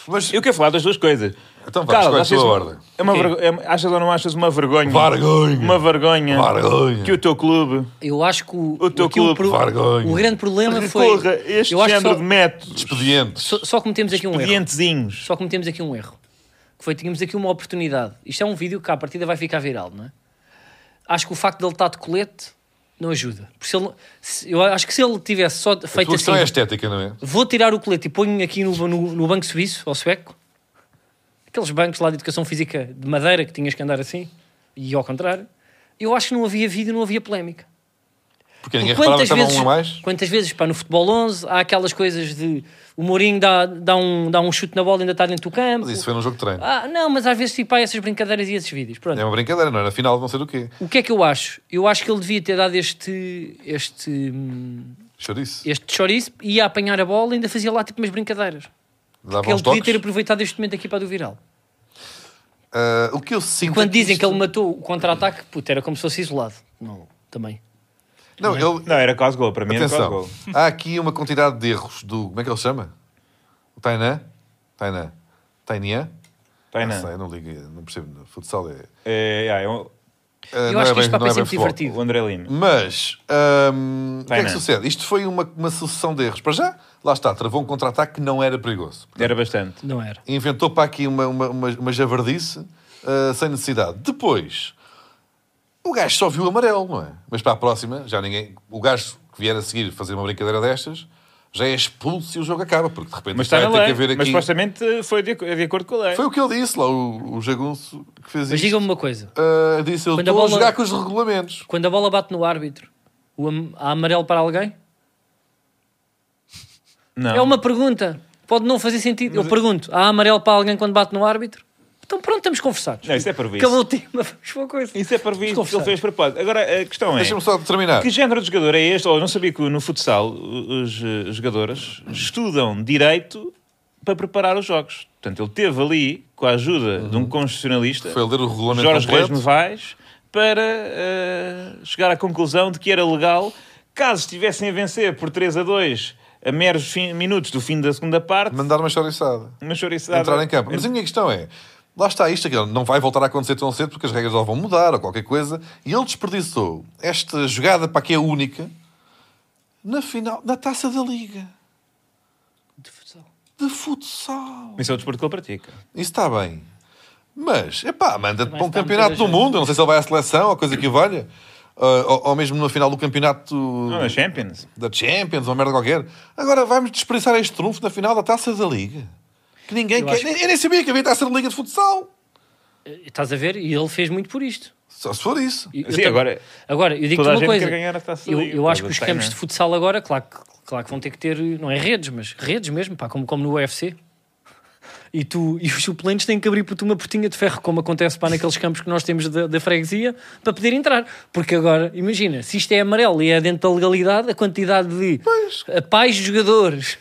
Speaker 4: mas...
Speaker 3: Eu quero falar das duas coisas.
Speaker 4: Então vá, escolhe a
Speaker 3: achas,
Speaker 4: tua ordem.
Speaker 3: É uma
Speaker 2: Ok.
Speaker 3: vergo- é- achas ou não achas uma vergonha?
Speaker 4: Vergonha.
Speaker 3: Uma vergonha.
Speaker 4: Vergonha.
Speaker 3: Que o teu clube
Speaker 2: Eu acho que o,
Speaker 3: O teu
Speaker 2: aqui o
Speaker 3: clube,
Speaker 4: vergonha.
Speaker 2: o grande problema foi.
Speaker 3: recorra a este
Speaker 2: eu acho que só,
Speaker 3: género de métodos.
Speaker 4: Expediente.
Speaker 2: só, só cometemos aqui um erro.
Speaker 3: Expedientezinhos.
Speaker 2: Só cometemos aqui um erro. Que foi, tínhamos aqui uma oportunidade. Isto é um vídeo que à partida vai ficar viral, não é? Acho que o facto de ele estar de colete não ajuda. Porque se ele não- se- eu acho que se ele tivesse só
Speaker 4: A
Speaker 2: feito
Speaker 4: tua
Speaker 2: assim.
Speaker 4: questão é estética, não é?
Speaker 2: Vou tirar o colete e ponho aqui no, no, no banco suíço, ou sueco. Aqueles bancos lá de educação física de madeira que tinhas que andar assim, e ao contrário. Eu acho que não havia vídeo, não havia polémica.
Speaker 4: Porque ninguém reparava que
Speaker 2: Quantas
Speaker 4: estava
Speaker 2: vezes,
Speaker 4: um a mais.
Speaker 2: quantas vezes, pá, no futebol 11 há aquelas coisas de o Mourinho dá, dá, um, dá um chute na bola e ainda está dentro do campo.
Speaker 4: Mas isso foi num jogo de treino.
Speaker 2: Ah, não, mas às vezes tipo, há essas brincadeiras e esses vídeos. Pronto.
Speaker 4: É uma brincadeira, não era final, não sei do quê.
Speaker 2: O que é que eu acho? Eu acho que ele devia ter dado este, este, hum,
Speaker 4: Chouriço.
Speaker 2: este chouriço, ia apanhar a bola e ainda fazia lá tipo umas brincadeiras.
Speaker 4: Dava
Speaker 2: Que ele
Speaker 4: uns
Speaker 2: devia ter
Speaker 4: toques.
Speaker 2: aproveitado este momento aqui para do viral.
Speaker 4: Ah, o que eu sinto.
Speaker 2: Quando
Speaker 4: é
Speaker 2: dizem que
Speaker 4: isto-
Speaker 2: ele matou o contra-ataque, puto, era como se fosse isolado. Não, também.
Speaker 4: Não, ele.
Speaker 3: Não, era quase gol. Para mim era quase
Speaker 4: Atenção.
Speaker 3: gol.
Speaker 4: Há aqui uma quantidade de erros do. Como é que ele se chama? O Tainan? Tainan. Tainian?
Speaker 3: Tá,
Speaker 4: Não
Speaker 3: não.
Speaker 4: sei, não ligo, não percebo. Futsal é.
Speaker 3: É, é, é um-
Speaker 4: Ah,
Speaker 2: Eu
Speaker 4: não
Speaker 2: acho
Speaker 4: é
Speaker 2: que isto
Speaker 4: bem-
Speaker 2: papo
Speaker 4: não
Speaker 2: é
Speaker 4: bem
Speaker 2: sempre
Speaker 4: futebol.
Speaker 2: divertido.
Speaker 3: o André Lima.
Speaker 4: Mas, hum, o que é que
Speaker 3: Tainan.
Speaker 4: sucede? Isto foi uma, uma sucessão de erros. Para já, lá está, travou um contra-ataque que não era perigoso.
Speaker 3: Era bastante.
Speaker 2: Não era.
Speaker 4: Inventou para aqui uma, uma, uma, uma javardice ah, sem necessidade. Depois, o gajo só viu amarelo, não é? Mas para a próxima, já ninguém. O gajo que vier a seguir fazer uma brincadeira destas já é expulso e o jogo acaba, porque de repente
Speaker 3: Mas
Speaker 4: isto
Speaker 3: está na
Speaker 4: vai ter que
Speaker 3: lei.
Speaker 4: haver
Speaker 3: Mas
Speaker 4: aqui.
Speaker 3: supostamente foi de, é de acordo com a lei.
Speaker 4: Foi um- o que ele disse lá, o, o Jagunço que fez
Speaker 2: Mas
Speaker 4: isto.
Speaker 2: digam-me uma coisa.
Speaker 4: Ah, disse: Eu
Speaker 2: Quando a
Speaker 4: estou a
Speaker 2: bola-
Speaker 4: jogar com os regulamentos.
Speaker 2: Quando a bola bate no árbitro, o am- há amarelo para alguém?
Speaker 3: Não.
Speaker 2: É uma pergunta. Pode não fazer sentido. Eu pergunto, há amarelo para alguém quando bate no árbitro? Então pronto, estamos conversados.
Speaker 3: Não, isso é parvoíce.
Speaker 2: Acabou o tema, *laughs* vamos para a coisa.
Speaker 3: Isso é para ver
Speaker 2: Vamos
Speaker 3: que ele fez
Speaker 2: conversar.
Speaker 3: de propósito. Agora, a questão é...
Speaker 4: Deixa-me só terminar.
Speaker 3: Que género de jogador é este? Ou eu não sabia que no futsal os eh, jogadores estudam direito para preparar os jogos. Portanto, ele teve ali, com a ajuda de um constitucionalista,
Speaker 4: Uhum. Foi ler o regulamento
Speaker 3: Jorge Reis
Speaker 4: completo.
Speaker 3: Novaes, para eh, chegar à conclusão de que era legal, caso estivessem a vencer por 3 a 2 a meros fim- minutos do fim da segunda parte,
Speaker 4: Mandar uma chouriçada.
Speaker 3: uma choricidade...
Speaker 4: entrar em campo. Mas a minha questão é: lá está isto, aquilo não vai voltar a acontecer tão cedo porque as regras ou vão mudar ou qualquer coisa. E ele desperdiçou esta jogada para que é única na final, na taça da Liga de futsal.
Speaker 3: Isso é o desporto que ele pratica.
Speaker 4: Isso está bem. Mas, epá, manda-te para um
Speaker 2: está
Speaker 4: campeonato
Speaker 2: muita
Speaker 4: do mundo. Eu não sei se ele vai à seleção ou coisa que valha. Ah, ou, ou mesmo na final do campeonato
Speaker 3: Não, na Champions.
Speaker 4: da Champions, uma merda qualquer. Agora vamos desperdiçar este trunfo na final da taça da Liga. Que ninguém quer.
Speaker 2: acho que-
Speaker 4: Eu nem sabia que havia taça da Liga de futsal.
Speaker 2: Estás a ver? E ele fez muito por isto.
Speaker 4: Só se for isso.
Speaker 2: Eu- eu
Speaker 3: Sim,
Speaker 2: também-
Speaker 3: agora-
Speaker 2: agora, eu digo-te
Speaker 3: toda a
Speaker 2: uma
Speaker 3: gente
Speaker 2: coisa.
Speaker 3: quer ganhar a Taça da
Speaker 2: eu,
Speaker 3: Liga,
Speaker 2: eu acho que
Speaker 3: toda
Speaker 2: os
Speaker 3: tem,
Speaker 2: campos
Speaker 3: né?
Speaker 2: de futsal agora, claro que, claro que vão ter que ter, não é redes, mas redes mesmo, pá, como, como no UFC. E, tu, e os suplentes têm que abrir puto, uma portinha de ferro, como acontece pá, naqueles campos que nós temos da, da freguesia, para poder entrar. Porque agora, imagina, se isto é amarelo e é dentro da legalidade, a quantidade de eh, pais de jogadores,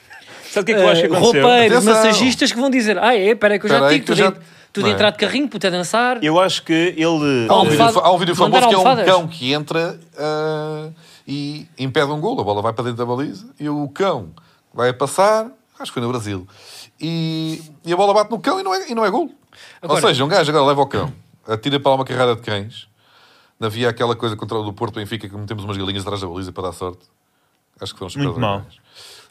Speaker 3: Sabe o que é que eu acho que
Speaker 2: eh,
Speaker 3: aconteceu?
Speaker 2: roupeiros,
Speaker 4: Atenção.
Speaker 2: massagistas que vão dizer: Ah, é, espera aí que eu já
Speaker 4: Espera aí
Speaker 2: te digo,
Speaker 4: que eu
Speaker 2: tu,
Speaker 4: já
Speaker 2: de,
Speaker 4: te-
Speaker 2: tu
Speaker 4: não
Speaker 2: de
Speaker 4: é?
Speaker 2: entrar de carrinho, puto, a dançar.
Speaker 3: Eu acho que ele...
Speaker 4: Há um,
Speaker 2: Almofada-
Speaker 4: vídeo, há um vídeo
Speaker 2: mandar
Speaker 4: famoso que é um
Speaker 2: almofadas.
Speaker 4: cão que entra ah, e impede um golo. A bola vai para dentro da baliza e o cão vai passar. Acho que foi no Brasil. E, e a bola bate no cão e não é, e não é golo.
Speaker 2: Agora-
Speaker 4: Ou seja, um gajo agora leva o cão, atira para lá uma carrada de cães. Havia aquela coisa contra o do Porto Benfica que metemos umas galinhas atrás da baliza para dar sorte. Acho que foram
Speaker 3: Muito mau.
Speaker 4: mal.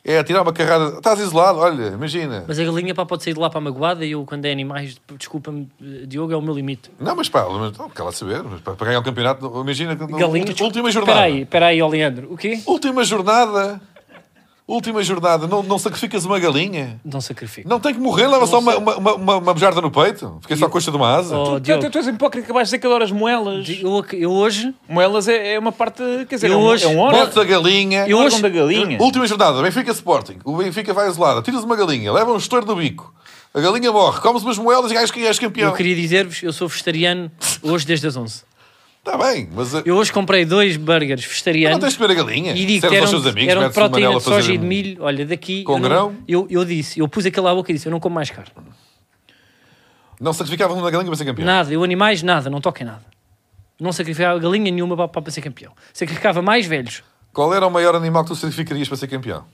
Speaker 4: É atirar uma carrada. Estás isolado, olha, imagina.
Speaker 2: Mas a galinha pá, pode sair de lá para a magoada e eu, quando é animais, desculpa-me, Diogo, é o meu limite.
Speaker 4: Não, mas pá, mas, não, quer lá saber. Mas para para ganhar o campeonato, imagina. que-
Speaker 2: Galinha.
Speaker 4: ulti-
Speaker 2: desculpa.
Speaker 4: Última jornada.
Speaker 2: Espera aí, espera aí, ó Leandro. O quê?
Speaker 4: Última jornada. Última jornada. Não, não sacrificas uma galinha?
Speaker 2: Não sacrifico.
Speaker 4: Não tem que morrer, leva só uma, uma, uma, uma, uma bujarda no peito. Fiquei só a coxa de uma asa.
Speaker 2: Oh,
Speaker 3: Tu, tu,
Speaker 2: Diogo,
Speaker 3: tu és hipócrita que vais dizer que adoras moelas.
Speaker 2: eu, ac- eu hoje,
Speaker 3: Moelas é, é uma parte, quer dizer,
Speaker 2: Eu
Speaker 3: é um,
Speaker 2: hoje-
Speaker 3: é um órgão.
Speaker 4: Podes a galinha.
Speaker 2: Eu
Speaker 3: um órgão
Speaker 2: hoje-
Speaker 3: da galinha.
Speaker 4: Última jornada. Benfica Sporting. O Benfica vai isolado. Tiras uma galinha, leva um estouro no bico. A galinha morre, comes umas moelas e és, és campeão.
Speaker 2: eu queria dizer-vos, eu sou vegetariano hoje desde as 11.
Speaker 4: Está bem, mas uh,
Speaker 2: Eu hoje comprei dois burgers
Speaker 4: não tens
Speaker 2: vegetarianos
Speaker 4: de comer a galinha.
Speaker 2: e digo que
Speaker 4: Serves
Speaker 2: eram,
Speaker 4: aos teus amigos,
Speaker 2: eram de
Speaker 4: metes uma
Speaker 2: um proteína
Speaker 4: nela
Speaker 2: de
Speaker 4: a fazer
Speaker 2: soja e de
Speaker 4: um-
Speaker 2: milho. Olha, daqui.
Speaker 4: Com
Speaker 2: eu, não-
Speaker 4: grão?
Speaker 2: eu, eu disse, eu pus aquela à boca e disse, eu não como mais carne.
Speaker 4: Não sacrificavas uma galinha para ser campeão.
Speaker 2: Nada, eu animais, nada, não toquem nada. Não sacrificava galinha nenhuma para, para ser campeão. Sacrificava mais velhos.
Speaker 4: Qual era o maior animal que tu sacrificarias para ser campeão?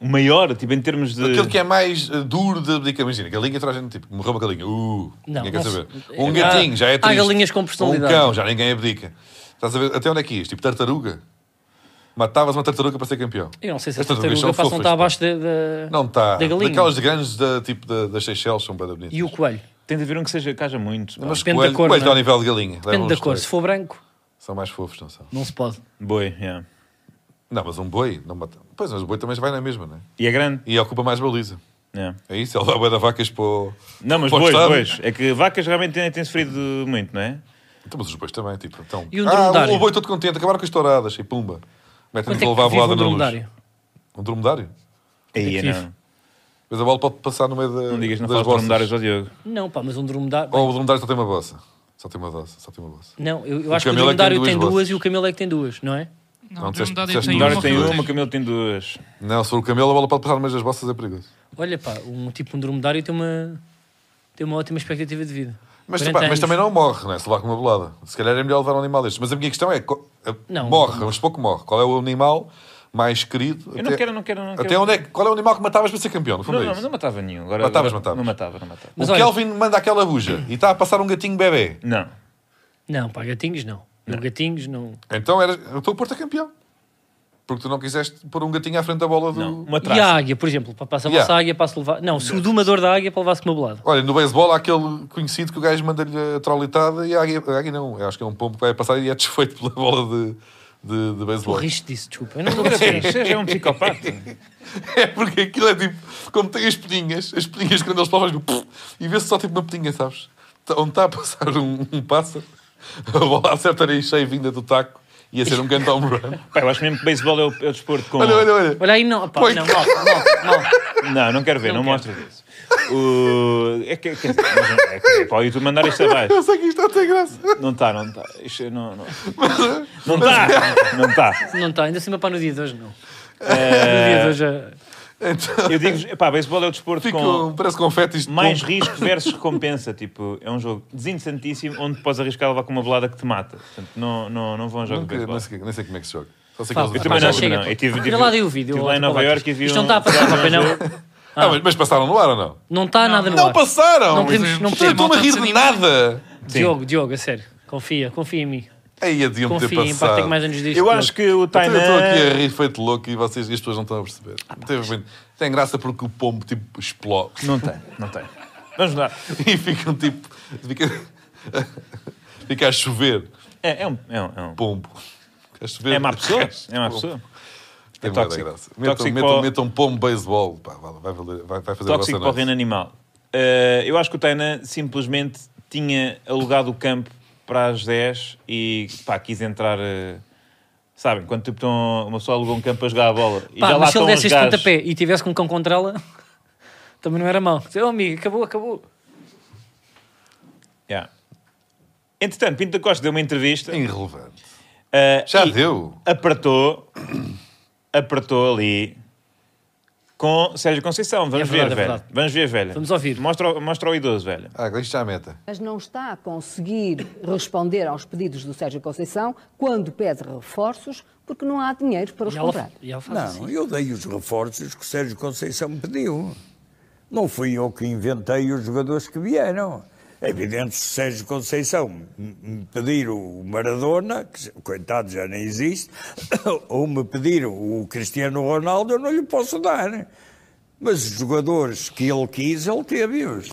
Speaker 3: O maior, tipo, em termos de.
Speaker 4: Aquele que é mais eh, duro de abdicar. Imagina, galinha traz gente, tipo, morreu uma galinha. Uh,
Speaker 2: Não,
Speaker 4: ninguém quer
Speaker 2: não se-
Speaker 4: saber. Um
Speaker 2: há-
Speaker 4: gatinho, já é
Speaker 2: há
Speaker 4: triste.
Speaker 2: galinhas com personalidade.
Speaker 4: Um cão, já ninguém abdica. Estás a ver até onde é que ias? Tipo, tartaruga? Matavas uma tartaruga para ser campeão.
Speaker 2: Eu não sei se a
Speaker 4: As tartarugas
Speaker 2: tartaruga
Speaker 4: são
Speaker 2: passa não
Speaker 4: fofas,
Speaker 2: está
Speaker 4: pá.
Speaker 2: abaixo da, da,
Speaker 4: Não está.
Speaker 2: da galinha.
Speaker 4: Daquelas grandes, da, tipo, da, das Seychelles, são bem bonitas.
Speaker 2: E o coelho.
Speaker 3: Tem de haver um que seja que haja muito. pá.
Speaker 4: Mas
Speaker 2: Depende da
Speaker 4: coelho,
Speaker 2: cor,
Speaker 4: coelho
Speaker 2: não é?
Speaker 4: dá ao nível de galinha. Levam
Speaker 2: Depende da
Speaker 4: uns
Speaker 2: cor.
Speaker 4: coelhos.
Speaker 2: Se for branco,
Speaker 4: São mais fofos, não são?
Speaker 2: não se pode.
Speaker 3: Boi, yeah.
Speaker 4: Não, mas um boi não mata. Pois, mas o boi também vai na mesma, né?
Speaker 3: E é grande.
Speaker 4: E ocupa mais baliza.
Speaker 3: Yeah.
Speaker 4: É isso? Ele dá o boi da vacas para o.
Speaker 3: Não, mas
Speaker 4: para o
Speaker 3: bois,
Speaker 4: estádio.
Speaker 3: bois. É que vacas realmente têm, têm sofrido muito, não é?
Speaker 4: Então, mas os bois também, tipo. Então,
Speaker 2: E um
Speaker 4: ah,
Speaker 2: dromedário?
Speaker 4: o- o boi todo contente, acabaram com as touradas e pumba. Metem-nos
Speaker 2: Quanto é
Speaker 4: a
Speaker 2: que
Speaker 4: levar a
Speaker 2: vive
Speaker 4: voada
Speaker 2: o
Speaker 4: na luz.
Speaker 2: dromedário?
Speaker 4: Um dromedário?
Speaker 3: Aí,
Speaker 2: que
Speaker 3: não.
Speaker 4: Mas a bola pode passar no meio da,
Speaker 3: Não digas, não
Speaker 4: das
Speaker 3: fazes dromedários
Speaker 4: bossas.
Speaker 3: ao Diogo.
Speaker 2: Não, pá, mas um dromedário...
Speaker 4: Ou o dromedário só tem uma bossa. Só tem uma bossa, só tem uma bossa.
Speaker 2: Não, eu, eu acho que o
Speaker 4: camelo é que tem
Speaker 2: dromedário
Speaker 4: duas
Speaker 2: tem duas,
Speaker 4: vozes.
Speaker 2: e o camelo é que tem duas, não é?
Speaker 4: Não, é
Speaker 5: Não,
Speaker 4: disseste-
Speaker 5: Dromedário
Speaker 4: disseste
Speaker 5: tem
Speaker 4: Dora
Speaker 5: uma.
Speaker 3: Dóris tem
Speaker 5: Camelo
Speaker 3: uma, Camilo tem duas.
Speaker 4: Não, se for o camelo, a bola pode passar no meio das bossas, é perigoso.
Speaker 2: Olha, pá, um tipo um dromedário tem uma, tem uma ótima expectativa de vida.
Speaker 4: Mas,
Speaker 2: 40
Speaker 4: pá, mas
Speaker 2: anos.
Speaker 4: também não morre, né? se levar com uma bolada. Se calhar é melhor levar um animal destes. Mas a minha questão é: co- a-
Speaker 2: Não,
Speaker 4: morre, vamos supor que morre. Qual é o animal mais querido?
Speaker 3: Eu não quero, não quero, não
Speaker 4: até
Speaker 3: quero.
Speaker 4: onde é, que- qual é o animal que matavas para ser campeão? No fundo
Speaker 3: Não,
Speaker 4: é
Speaker 3: não,
Speaker 4: isso.
Speaker 3: não matava nenhum. Agora,
Speaker 4: Matavas,
Speaker 3: agora-
Speaker 4: matavas.
Speaker 3: Não matava, não matava.
Speaker 2: Mas
Speaker 4: o
Speaker 2: olha-
Speaker 4: Kelvin manda aquela buja e está a passar um gatinho bebê.
Speaker 3: Não.
Speaker 2: Não, pá, gatinhos não. não. Gatinhos não.
Speaker 4: Então eras, eu estou a pôr-te a campeão. Porque tu não quiseste pôr um gatinho à frente da bola do.
Speaker 3: Não.
Speaker 2: E
Speaker 3: Uma
Speaker 2: a
Speaker 3: traça.
Speaker 2: águia, por exemplo, pá, passa a
Speaker 4: Yeah.
Speaker 2: vossa águia, passa a levar. Não, se o domador da águia é para levar-se com uma bolada.
Speaker 4: Olha, no beisebol há aquele conhecido que o gajo manda-lhe a traulitada e a águia, a águia não. Eu acho que é um pombo que vai passar e é desfeito pela bola de, de, de
Speaker 2: Tu
Speaker 4: beisebol.
Speaker 2: riste disso, desculpa. Eu não dou
Speaker 3: Agora,
Speaker 2: a
Speaker 3: Você já é um psicopata.
Speaker 4: *laughs* É porque aquilo é tipo, como tem as pedinhas, as pedinhas quando eles falam, fazem e vê-se só tipo uma pedinha, sabes? Tá- Onde está a passar um, um pássaro, a bola acerta em cheio vinda do taco, ia ser um grande home
Speaker 2: *laughs*
Speaker 4: run.
Speaker 3: Pá, eu acho mesmo que beisebol é o, é o desporto com.
Speaker 4: Olha, olha, olha.
Speaker 2: Olha aí, não, pá,
Speaker 4: Pois.
Speaker 2: não, mal, mal, mal.
Speaker 3: Não, não quero ver, não,
Speaker 2: Não
Speaker 3: mostra isso. O... É que, quer dizer, mas é que, é para o YouTube mandar isto abaixo.
Speaker 4: Eu sei que isto não tem graça.
Speaker 3: Não está, não está. Isto não está. Não está! Não tá.
Speaker 2: Não está, ainda cima para no dia de hoje,
Speaker 4: *laughs*
Speaker 2: não. No dia de hoje. é-
Speaker 4: Então,
Speaker 3: Eu digo, pá, beisebol é o desporto
Speaker 4: fica
Speaker 3: com
Speaker 4: um, parece confetes de
Speaker 3: mais
Speaker 4: pombo. *laughs*
Speaker 3: risco versus recompensa. Tipo, é um jogo desinteressantíssimo onde podes arriscar levar com uma bolada que te mata. Portanto, não, não, não vão jogar de
Speaker 4: Nunca-
Speaker 3: beisebol.
Speaker 4: nem, sei, nem sei como é que se joga. Só sei que
Speaker 2: Pá,
Speaker 4: eles- um
Speaker 2: pá,
Speaker 3: também
Speaker 2: já
Speaker 3: não,
Speaker 2: chega,
Speaker 3: não.
Speaker 2: pá.
Speaker 3: Eu tive-
Speaker 2: Olha lá, dei o vídeo.
Speaker 3: tive
Speaker 2: ó,
Speaker 3: lá em
Speaker 2: tu
Speaker 3: Nova
Speaker 2: colocaste.
Speaker 3: Iorque e vi
Speaker 2: Isto não
Speaker 3: um-
Speaker 2: está a passar, papai, não.
Speaker 4: Ah, mas, mas passaram no ar ou não?
Speaker 2: Não está nada no
Speaker 4: Não
Speaker 2: ar.
Speaker 4: passaram!
Speaker 2: Não podemos, não
Speaker 5: Sim.
Speaker 4: Eu
Speaker 2: podemos.
Speaker 4: estou-me a rir de nada!
Speaker 2: Diogo, Diogo, a sério. Confia, confia em mim.
Speaker 4: Aí adiam ter
Speaker 2: Confia em pá,
Speaker 4: passado.
Speaker 2: tem mais anos disto.
Speaker 3: Eu acho que o
Speaker 4: Então, Eu estou aqui a
Speaker 3: Tainan.
Speaker 4: rir feito louco e vocês e as pessoas não estão a perceber.
Speaker 2: Ah,
Speaker 4: Teve bem- Tem graça porque o pombo tipo explode *laughs*
Speaker 3: Não tem, não tem. Vamos lá.
Speaker 4: e ficam tipo. Fica, *laughs* fica a chover
Speaker 3: É, é um. É, um, é, um.
Speaker 4: pombo. Fica A chover,
Speaker 3: é
Speaker 4: *laughs*
Speaker 3: má pessoa.
Speaker 4: resto,
Speaker 3: É má
Speaker 4: pombo.
Speaker 3: pessoa.
Speaker 4: Tem
Speaker 3: É
Speaker 4: muita
Speaker 3: tóxico.
Speaker 4: graça. Metam,
Speaker 3: Tóxico
Speaker 4: metam,
Speaker 3: para o-
Speaker 4: metam pombo beisebol. Pá, vale, vai, valer- vai- vai fazer
Speaker 3: tóxico
Speaker 4: a
Speaker 3: para o
Speaker 4: vossa
Speaker 3: reino
Speaker 4: noite.
Speaker 3: animal. Eh, eu acho que o Tainan simplesmente tinha alugado o campo para as 10 e pá, quis entrar. eh, sabem, quando tipo, estão, uma pessoa alugou um campo para jogar a bola e
Speaker 2: Pá,
Speaker 3: já lá
Speaker 2: mas se ele
Speaker 3: estão
Speaker 2: desse
Speaker 3: os
Speaker 2: este
Speaker 3: gajos.
Speaker 2: pontapé e tivesse com um cão contra ela, *laughs* também não era mau. Dizer, oh, amigo, acabou, acabou.
Speaker 3: Yeah. Entretanto, Pinto da Costa deu uma entrevista.
Speaker 4: Irrelevante.
Speaker 3: eh,
Speaker 4: Já
Speaker 3: e
Speaker 4: deu.
Speaker 3: Apertou, apertou ali com Sérgio Conceição. Vamos
Speaker 2: É verdade,
Speaker 3: ver,
Speaker 2: é
Speaker 3: velho.
Speaker 2: verdade.
Speaker 3: Vamos ver, velho.
Speaker 2: Vamos ouvir.
Speaker 3: Mostra, o- mostra o idoso, velho.
Speaker 4: Ah, isto já meta.
Speaker 8: mas não está a conseguir responder aos pedidos do Sérgio Conceição quando pede reforços, porque não há dinheiro para os
Speaker 2: E
Speaker 8: comprar.
Speaker 2: ela, e ela faz assim.
Speaker 9: Não, eu dei os reforços que o Sérgio Conceição me pediu. Não fui eu que inventei os jogadores que vieram. É evidente que se o Sérgio Conceição me- me pedir o Maradona, que já- coitado já nem existe, *coughs* ou me pedir o Cristiano Ronaldo, eu não lhe posso dar. Mas os jogadores que ele quis, ele teve-os.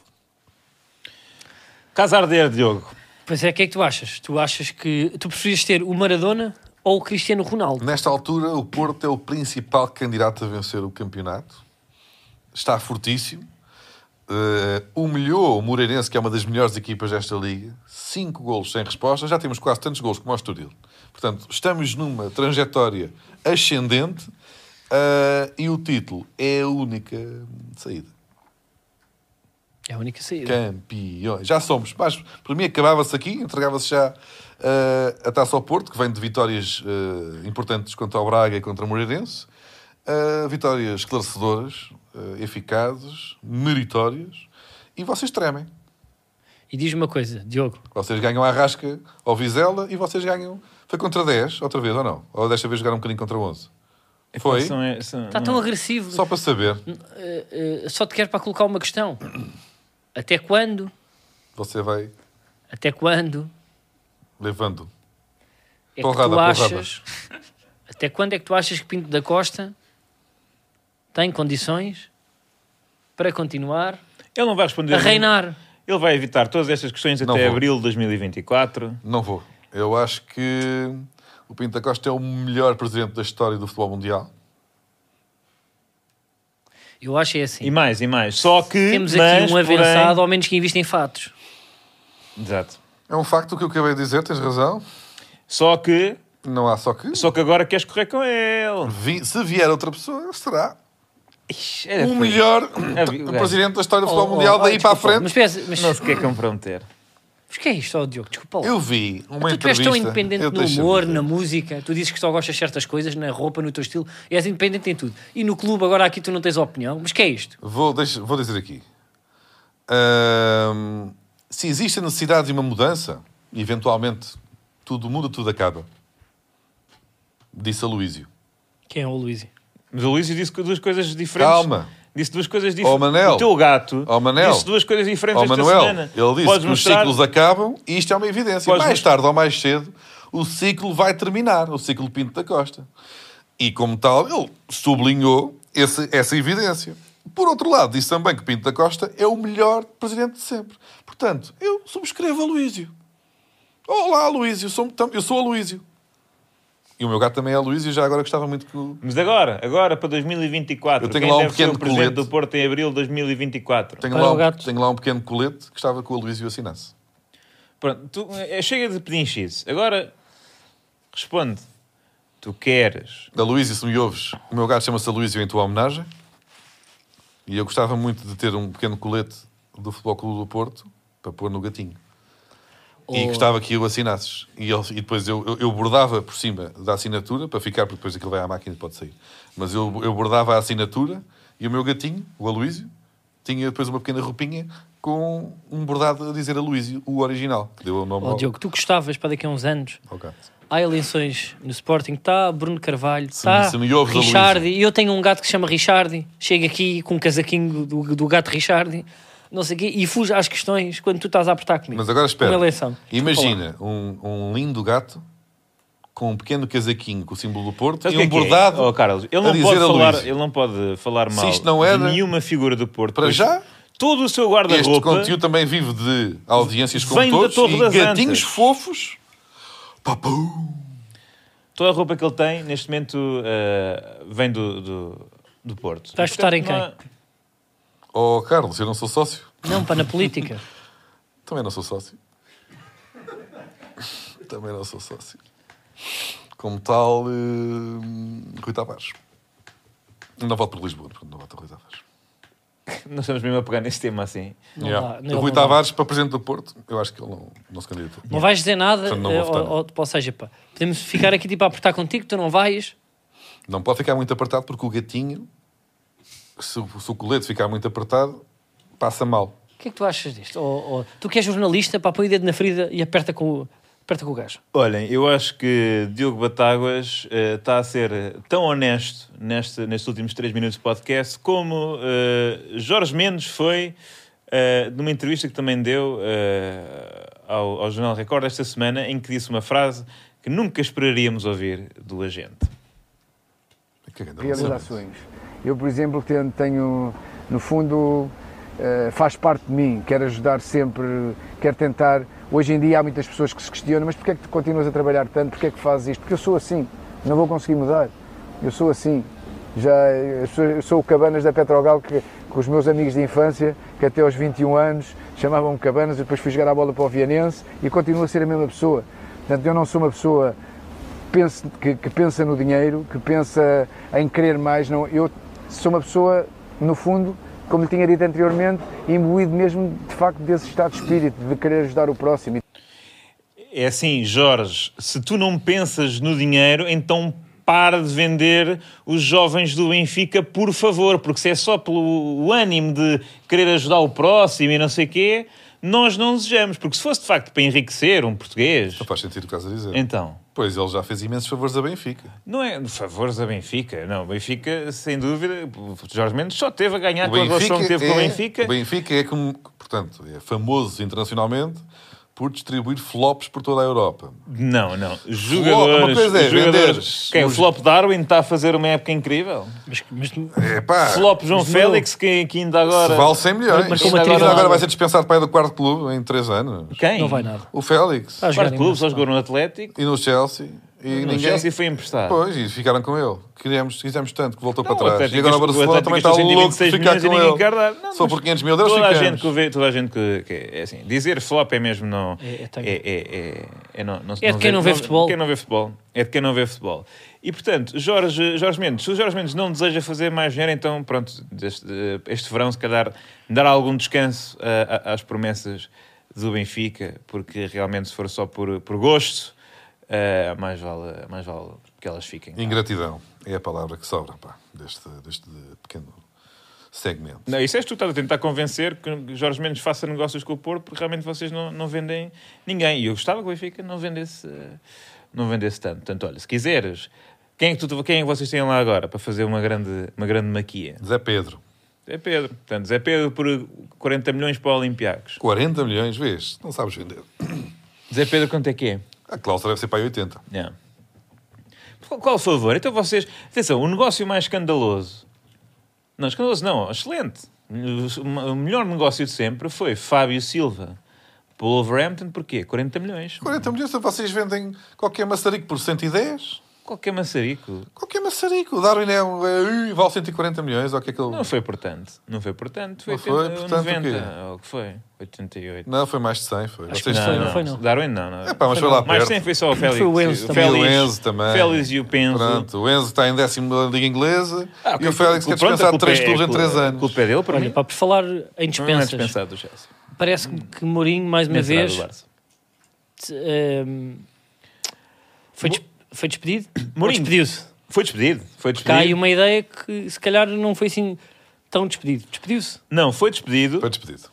Speaker 3: Casarder, Diogo.
Speaker 2: Pois é, o que é que tu achas? Tu achas que tu preferias ter o Maradona ou o Cristiano Ronaldo?
Speaker 4: Nesta altura, o Porto é o principal candidato a vencer o campeonato. Está fortíssimo. Eh, humilhou o Moreirense, que é uma das melhores equipas desta liga. Cinco golos sem resposta. Já temos quase tantos golos como o Estoril. Portanto, estamos numa trajetória ascendente eh, e o título é a única saída.
Speaker 2: É a única saída.
Speaker 4: Campeões. Já somos. Mas, para mim, acabava-se aqui, entregava-se já eh, a taça ao Porto, que vem de vitórias eh, importantes contra o Braga e contra o Moreirense. Eh, vitórias esclarecedoras, eh, eficazes, meritórias. E vocês tremem.
Speaker 2: E diz-me uma coisa, Diogo.
Speaker 4: Vocês ganham a Rasca ao Vizela e vocês ganham. Foi contra 10, outra vez, ou não? Ou desta vez jogaram um bocadinho contra 11?
Speaker 3: Epá,
Speaker 4: Foi?
Speaker 3: são- é- são-
Speaker 2: Está Tá tão agressivo.
Speaker 4: Hum. Só para saber,
Speaker 2: Eh, só te quero para colocar uma questão. Até quando?
Speaker 4: você vai
Speaker 2: Até quando
Speaker 4: levando.
Speaker 2: é que
Speaker 4: Porrada,
Speaker 2: tu achas?
Speaker 4: porrada.
Speaker 2: Até quando é que tu achas que Pinto da Costa tem condições para continuar
Speaker 3: Ele não vai responder.
Speaker 2: a reinar?
Speaker 3: Ele vai evitar todas estas questões
Speaker 4: Não
Speaker 3: até
Speaker 4: vou.
Speaker 3: abril de 2024.
Speaker 4: Não vou. Eu acho que o Pinto da Costa é o melhor presidente da história do futebol mundial.
Speaker 2: Eu acho que é assim.
Speaker 3: E mais, e mais. Só que.
Speaker 2: Temos
Speaker 3: mas,
Speaker 2: aqui um
Speaker 3: porém-
Speaker 2: avançado, ao menos que invista em fatos.
Speaker 3: Exato.
Speaker 4: É um facto o que eu acabei de dizer, tens razão.
Speaker 3: Só que.
Speaker 4: Não há só que.
Speaker 3: Só que agora queres correr com ele.
Speaker 4: Vi- Se vier outra pessoa, será
Speaker 3: Ixi,
Speaker 4: o
Speaker 3: era feio.
Speaker 4: melhor
Speaker 3: É, vi-
Speaker 4: presidente da história do futebol
Speaker 3: Oh, oh,
Speaker 4: mundial
Speaker 3: oh,
Speaker 4: daí para a
Speaker 2: Mas,
Speaker 4: frente.
Speaker 2: espera, mas,
Speaker 3: Não
Speaker 2: mas
Speaker 3: se quer comprometer.
Speaker 2: o que é isto, ó Diogo? Desculpa lá.
Speaker 4: Eu vi
Speaker 2: tu,
Speaker 4: uma
Speaker 2: tu és
Speaker 4: entrevista...
Speaker 2: tão independente
Speaker 4: Eu
Speaker 2: no
Speaker 4: deixo-
Speaker 2: humor, na música, tu dizes que só gostas de certas coisas, na roupa, no teu estilo, és independente em tudo. E no clube agora aqui tu não tens opinião, mas que é isto?
Speaker 4: Vou, deixa- vou dizer aqui. Ahm, se existe a necessidade de uma mudança, eventualmente tudo muda, tudo acaba. Disse a Luísio.
Speaker 2: Quem é o Luísio?
Speaker 3: Mas o Luís disse que duas coisas diferentes.
Speaker 4: Calma.
Speaker 3: Disse duas coisas diferentes.
Speaker 4: Oh, Manel.
Speaker 3: O teu gato
Speaker 4: Oh, Manel.
Speaker 3: disse duas coisas diferentes
Speaker 4: Ó
Speaker 3: esta
Speaker 4: Manuel,
Speaker 3: semana.
Speaker 4: ele disse
Speaker 3: Podes
Speaker 4: que
Speaker 3: mostrar...
Speaker 4: os ciclos acabam e isto é uma evidência.
Speaker 3: Podes
Speaker 4: mais
Speaker 3: mostrar-
Speaker 4: tarde ou mais cedo, o ciclo vai terminar, o ciclo Pinto da Costa. E como tal, ele sublinhou esse- essa evidência. Por outro lado, disse também que Pinto da Costa é o melhor presidente de sempre. Portanto, eu subscrevo a Luísio. Olá, Luísio, sou- tam- eu sou a Luísio. E o meu gato também é a Luísio, já agora gostava muito que o...
Speaker 3: Mas agora, agora para 2024.
Speaker 4: Eu tenho
Speaker 3: quem
Speaker 4: lá um
Speaker 3: deve ser o
Speaker 4: pequeno
Speaker 3: presidente
Speaker 4: colete.
Speaker 3: do Porto em abril de 2024.
Speaker 4: Tenho
Speaker 2: Para
Speaker 4: lá,
Speaker 2: o
Speaker 4: um,
Speaker 2: gato.
Speaker 4: tenho lá um pequeno colete que gostava que o Luísio assinasse.
Speaker 3: Pronto, tu, é, chega de pedinches. Agora, responde. Tu queres.
Speaker 4: da Luísio, se me ouves, o meu gato chama-se Luísio em tua homenagem. E eu gostava muito de ter um pequeno colete do Futebol Clube do Porto para pôr no gatinho. E
Speaker 2: Oh.
Speaker 4: gostava que o assinasses. E, ele- e depois eu, eu, eu bordava por cima da assinatura para ficar, porque depois aquilo vai à máquina e pode sair. Mas eu, eu bordava a assinatura e o meu gatinho, o Aloísio, tinha depois uma pequena roupinha com um bordado a dizer Aloísio, o original, que deu o nome
Speaker 2: Ó
Speaker 4: ao,
Speaker 2: Oh, Diogo, tu gostavas para daqui a uns anos.
Speaker 4: ao gato.
Speaker 2: Há eleições no Sporting, está Bruno Carvalho,
Speaker 4: Se-
Speaker 2: está
Speaker 4: se me ouves,
Speaker 2: Richardi, e eu tenho um gato que se chama Richardi, chega aqui com um casaquinho do, do gato Richardi, não sei o quê, e fuja às questões quando tu estás a apertar comigo.
Speaker 4: Mas agora espera.
Speaker 2: Uma eleição.
Speaker 4: Imagina um, um lindo gato com um pequeno casaquinho com o símbolo do Porto
Speaker 3: Sabe
Speaker 4: e um
Speaker 3: o que é que é?
Speaker 4: bordado.
Speaker 3: Oh, Carlos, ele
Speaker 4: a
Speaker 3: não,
Speaker 4: dizer
Speaker 3: pode
Speaker 4: a
Speaker 3: falar,
Speaker 4: Luísio.
Speaker 3: ele não pode falar
Speaker 4: Se
Speaker 3: mal
Speaker 4: isto não
Speaker 3: de
Speaker 4: era-
Speaker 3: nenhuma figura do Porto.
Speaker 4: Para
Speaker 3: pois
Speaker 4: já,
Speaker 3: Todo o seu
Speaker 4: Este
Speaker 3: guarda-roupa.
Speaker 4: conteúdo também vive de audiências como
Speaker 3: Vem da
Speaker 4: todos
Speaker 3: Torre
Speaker 4: e
Speaker 3: das
Speaker 4: gatinhos
Speaker 3: Antas.
Speaker 4: fofos. Papu.
Speaker 3: Toda a roupa que ele tem, neste momento, eh, vem do, do, do Porto.
Speaker 2: Estás a votar em
Speaker 3: Não há- *laughs*
Speaker 4: Oh, Carlos, eu não sou sócio.
Speaker 2: Não, para na
Speaker 4: *laughs*
Speaker 2: política.
Speaker 4: Também não sou sócio. *laughs* Também não sou sócio. Como tal, eh, Rui Tavares. Não voto por Lisboa, portanto não voto por Rui Tavares.
Speaker 3: Não estamos mesmo a pegar nesse tema assim.
Speaker 2: Não
Speaker 4: Yeah.
Speaker 2: dá, não-
Speaker 4: Rui
Speaker 2: não dá.
Speaker 4: Tavares para presidente do Porto, eu acho que ele não, não se candidatou.
Speaker 2: Não vais dizer nada,
Speaker 4: Portanto, não
Speaker 2: eh,
Speaker 4: vou votar,
Speaker 2: ou,
Speaker 4: não.
Speaker 2: ou, ou seja, pá, podemos ficar aqui tipo a apertar contigo, tu não vais.
Speaker 4: Não pode ficar muito apertado porque o gatinho, se, o- se o colete ficar muito apertado, passa mal.
Speaker 2: O que é que tu achas disto? Ou, ou- tu que és jornalista, pá, põe o dedo na ferida e aperta com, o- aperta com o gajo.
Speaker 3: Olhem, eu acho que Diogo Batáguas eh, está a ser tão honesto neste, nestes últimos três minutos de podcast como eh, Jorge Mendes foi eh, numa entrevista que também deu eh, ao, ao Jornal Record esta semana, em que disse uma frase que nunca esperaríamos ouvir do agente.
Speaker 4: Que é grande lançamento.
Speaker 5: realizações. Eu, por exemplo, tenho, tenho, no fundo, eh, faz parte de mim, quero ajudar sempre, quero tentar. Hoje em dia há muitas pessoas que se questionam, mas porquê é que tu continuas a trabalhar tanto, porquê é que fazes isto? Porque eu sou assim, não vou conseguir mudar, eu sou assim. Já, eu sou, eu sou o Cabanas da Petrogal, que, que os meus amigos de infância, que até aos 21 anos chamavam-me Cabanas, eu depois fui jogar a bola para o Vianense e continuo a ser a mesma pessoa. Portanto, eu não sou uma pessoa penso- que, que pensa no dinheiro, que pensa em querer mais. Não, eu sou uma pessoa, no fundo, como lhe tinha dito anteriormente, imbuído mesmo de facto desse estado de espírito, de querer ajudar o próximo.
Speaker 3: É assim, Jorge, se tu não pensas no dinheiro, então para de vender os jovens do Benfica, por favor, porque se é só pelo o ânimo de querer ajudar o próximo e não sei quê, nós não desejamos, porque se fosse de facto para enriquecer um português,
Speaker 4: Não faz sentido o que estás a dizer.
Speaker 3: então.
Speaker 4: Pois, ele já fez imensos favores a Benfica.
Speaker 3: Não é de favores a Benfica, não. Benfica, sem dúvida, Jorge Mendes só teve a ganhar com a relação que teve com o Benfica.
Speaker 4: é o Benfica é como, portanto, é famoso internacionalmente por distribuir flops por toda a Europa.
Speaker 3: Não, não.
Speaker 4: uma
Speaker 3: Jogadores.
Speaker 4: coisa é
Speaker 3: jogadores.
Speaker 4: venderes.
Speaker 3: Quem? O
Speaker 4: Os-
Speaker 3: Flop Darwin está a fazer uma época incrível.
Speaker 2: Mas, mas-
Speaker 4: É pá,
Speaker 3: flop João
Speaker 2: mas não.
Speaker 3: Félix, que, que ainda agora.
Speaker 4: se vale 100 milhões.
Speaker 2: Mas
Speaker 4: Mas
Speaker 2: com uma
Speaker 4: agora,
Speaker 2: trilha-
Speaker 4: agora vai ser dispensado para ir do quarto clube em 3 anos.
Speaker 3: Quem?
Speaker 2: não vai nada.
Speaker 4: O Félix.
Speaker 2: Está a jogar
Speaker 3: Vários
Speaker 2: imenso,
Speaker 3: clubes, só
Speaker 2: pá.
Speaker 3: jogou no Atlético.
Speaker 4: E no Chelsea. E
Speaker 3: E
Speaker 4: ninguém...
Speaker 3: no Chelsea foi emprestado.
Speaker 4: Pois, e ficaram com ele. Queríamos, quisemos tanto que voltou
Speaker 3: Ah. Não,
Speaker 4: para
Speaker 3: o
Speaker 4: trás.
Speaker 3: Atlético
Speaker 4: E agora o
Speaker 3: gastou- o
Speaker 4: Barcelona também
Speaker 3: Atlético
Speaker 4: está
Speaker 3: gastou
Speaker 4: louco de
Speaker 3: 126
Speaker 4: ficar
Speaker 3: milhões e
Speaker 4: com
Speaker 3: ninguém
Speaker 4: ele.
Speaker 3: quer dar. Não,
Speaker 4: Só
Speaker 3: mas
Speaker 4: por 500 mil euros
Speaker 3: Toda a
Speaker 4: ficamos.
Speaker 3: gente que vê, toda a gente que, que é assim, dizer flop é mesmo não
Speaker 2: É- é
Speaker 3: é,
Speaker 2: tango.
Speaker 3: é- é- é não- não-
Speaker 2: É de quem não vê futebol.
Speaker 3: quem não vê futebol. É de quem não vê futebol. E portanto, Jorge, Jorge Mendes, se o Jorge Mendes não deseja fazer mais dinheiro, então pronto, deste- eh, este verão se calhar dar algum descanso eh, a- a- às promessas do Benfica, porque realmente se for só por, por gosto, eh, mais vale, mais vale que elas fiquem. lá.
Speaker 4: Ingratidão é a palavra que sobra pá, deste, deste pequeno segmento.
Speaker 3: Não, isso és tu que estás a tentar convencer que Jorge Mendes faça negócios com o Porto, porque realmente vocês não, não vendem ninguém. E eu gostava que o Benfica não vendesse, eh, não vendesse tanto. Portanto, olha, se quiseres, quem é que, tu, quem é que vocês têm lá agora para fazer uma grande, uma grande maquia?
Speaker 4: Zé Pedro,
Speaker 3: Zé Pedro. Portanto, Zé Pedro por 40 milhões para o Olympiacos.
Speaker 4: 40 milhões, vês? Não sabes vender.
Speaker 3: Zé Pedro, quanto é que é?
Speaker 4: A cláusula deve ser para aí 80.
Speaker 3: Não. É. Qual- Qual favor? Então vocês. Atenção, o negócio mais escandaloso. Não, escandaloso não, excelente. O o melhor negócio de sempre foi Fábio Silva para o Wolverhampton, porquê? 40 milhões.
Speaker 4: 40 milhões, se vocês vendem qualquer maçarico por 110,
Speaker 3: Qualquer maçarico.
Speaker 4: qualquer maçarico. O Darwin é, um- é, ui, vale 140 milhões, ou o que é que ele...
Speaker 3: Não foi portanto. Não foi portanto. Foi,
Speaker 4: Não foi,
Speaker 3: 80,
Speaker 4: portanto, o
Speaker 3: 90.
Speaker 4: quê?
Speaker 3: Ou o que foi? 88.
Speaker 4: Não, foi mais de 100, foi. Vocês- um-
Speaker 2: não foi, foi, não.
Speaker 3: Darwin não, não.
Speaker 4: É pá, mas foi lá
Speaker 3: mais
Speaker 4: perto.
Speaker 3: 100 foi só o Félix.
Speaker 2: Foi o Enzo também.
Speaker 4: E o Enzo também.
Speaker 3: Félix e o Penzo.
Speaker 4: Pronto, o Enzo está em décimo da Liga Inglesa
Speaker 3: Ah,
Speaker 4: e o Félix quer
Speaker 3: pronto, a
Speaker 4: dispensar
Speaker 3: culpa
Speaker 4: 3
Speaker 3: é-
Speaker 4: clubes em
Speaker 3: culpa-
Speaker 4: 3 anos.
Speaker 3: culpa é dele, para mim.
Speaker 2: Olha, pá, por falar em
Speaker 3: Não é
Speaker 2: dispensas,
Speaker 3: dispensado do Chelsea.
Speaker 2: parece-me que Mourinho, mais
Speaker 4: é
Speaker 2: uma
Speaker 3: Nem será do
Speaker 2: vez,
Speaker 3: Barça.
Speaker 2: te- ehm, foi, des- foi despedido? Ou
Speaker 3: Mourinho.
Speaker 2: Despediu-se.
Speaker 3: Foi despedido. Foi despedido.
Speaker 2: Cai uma ideia que se calhar não foi assim tão despedido. Despediu-se.
Speaker 3: Não, foi despedido.
Speaker 4: Foi despedido.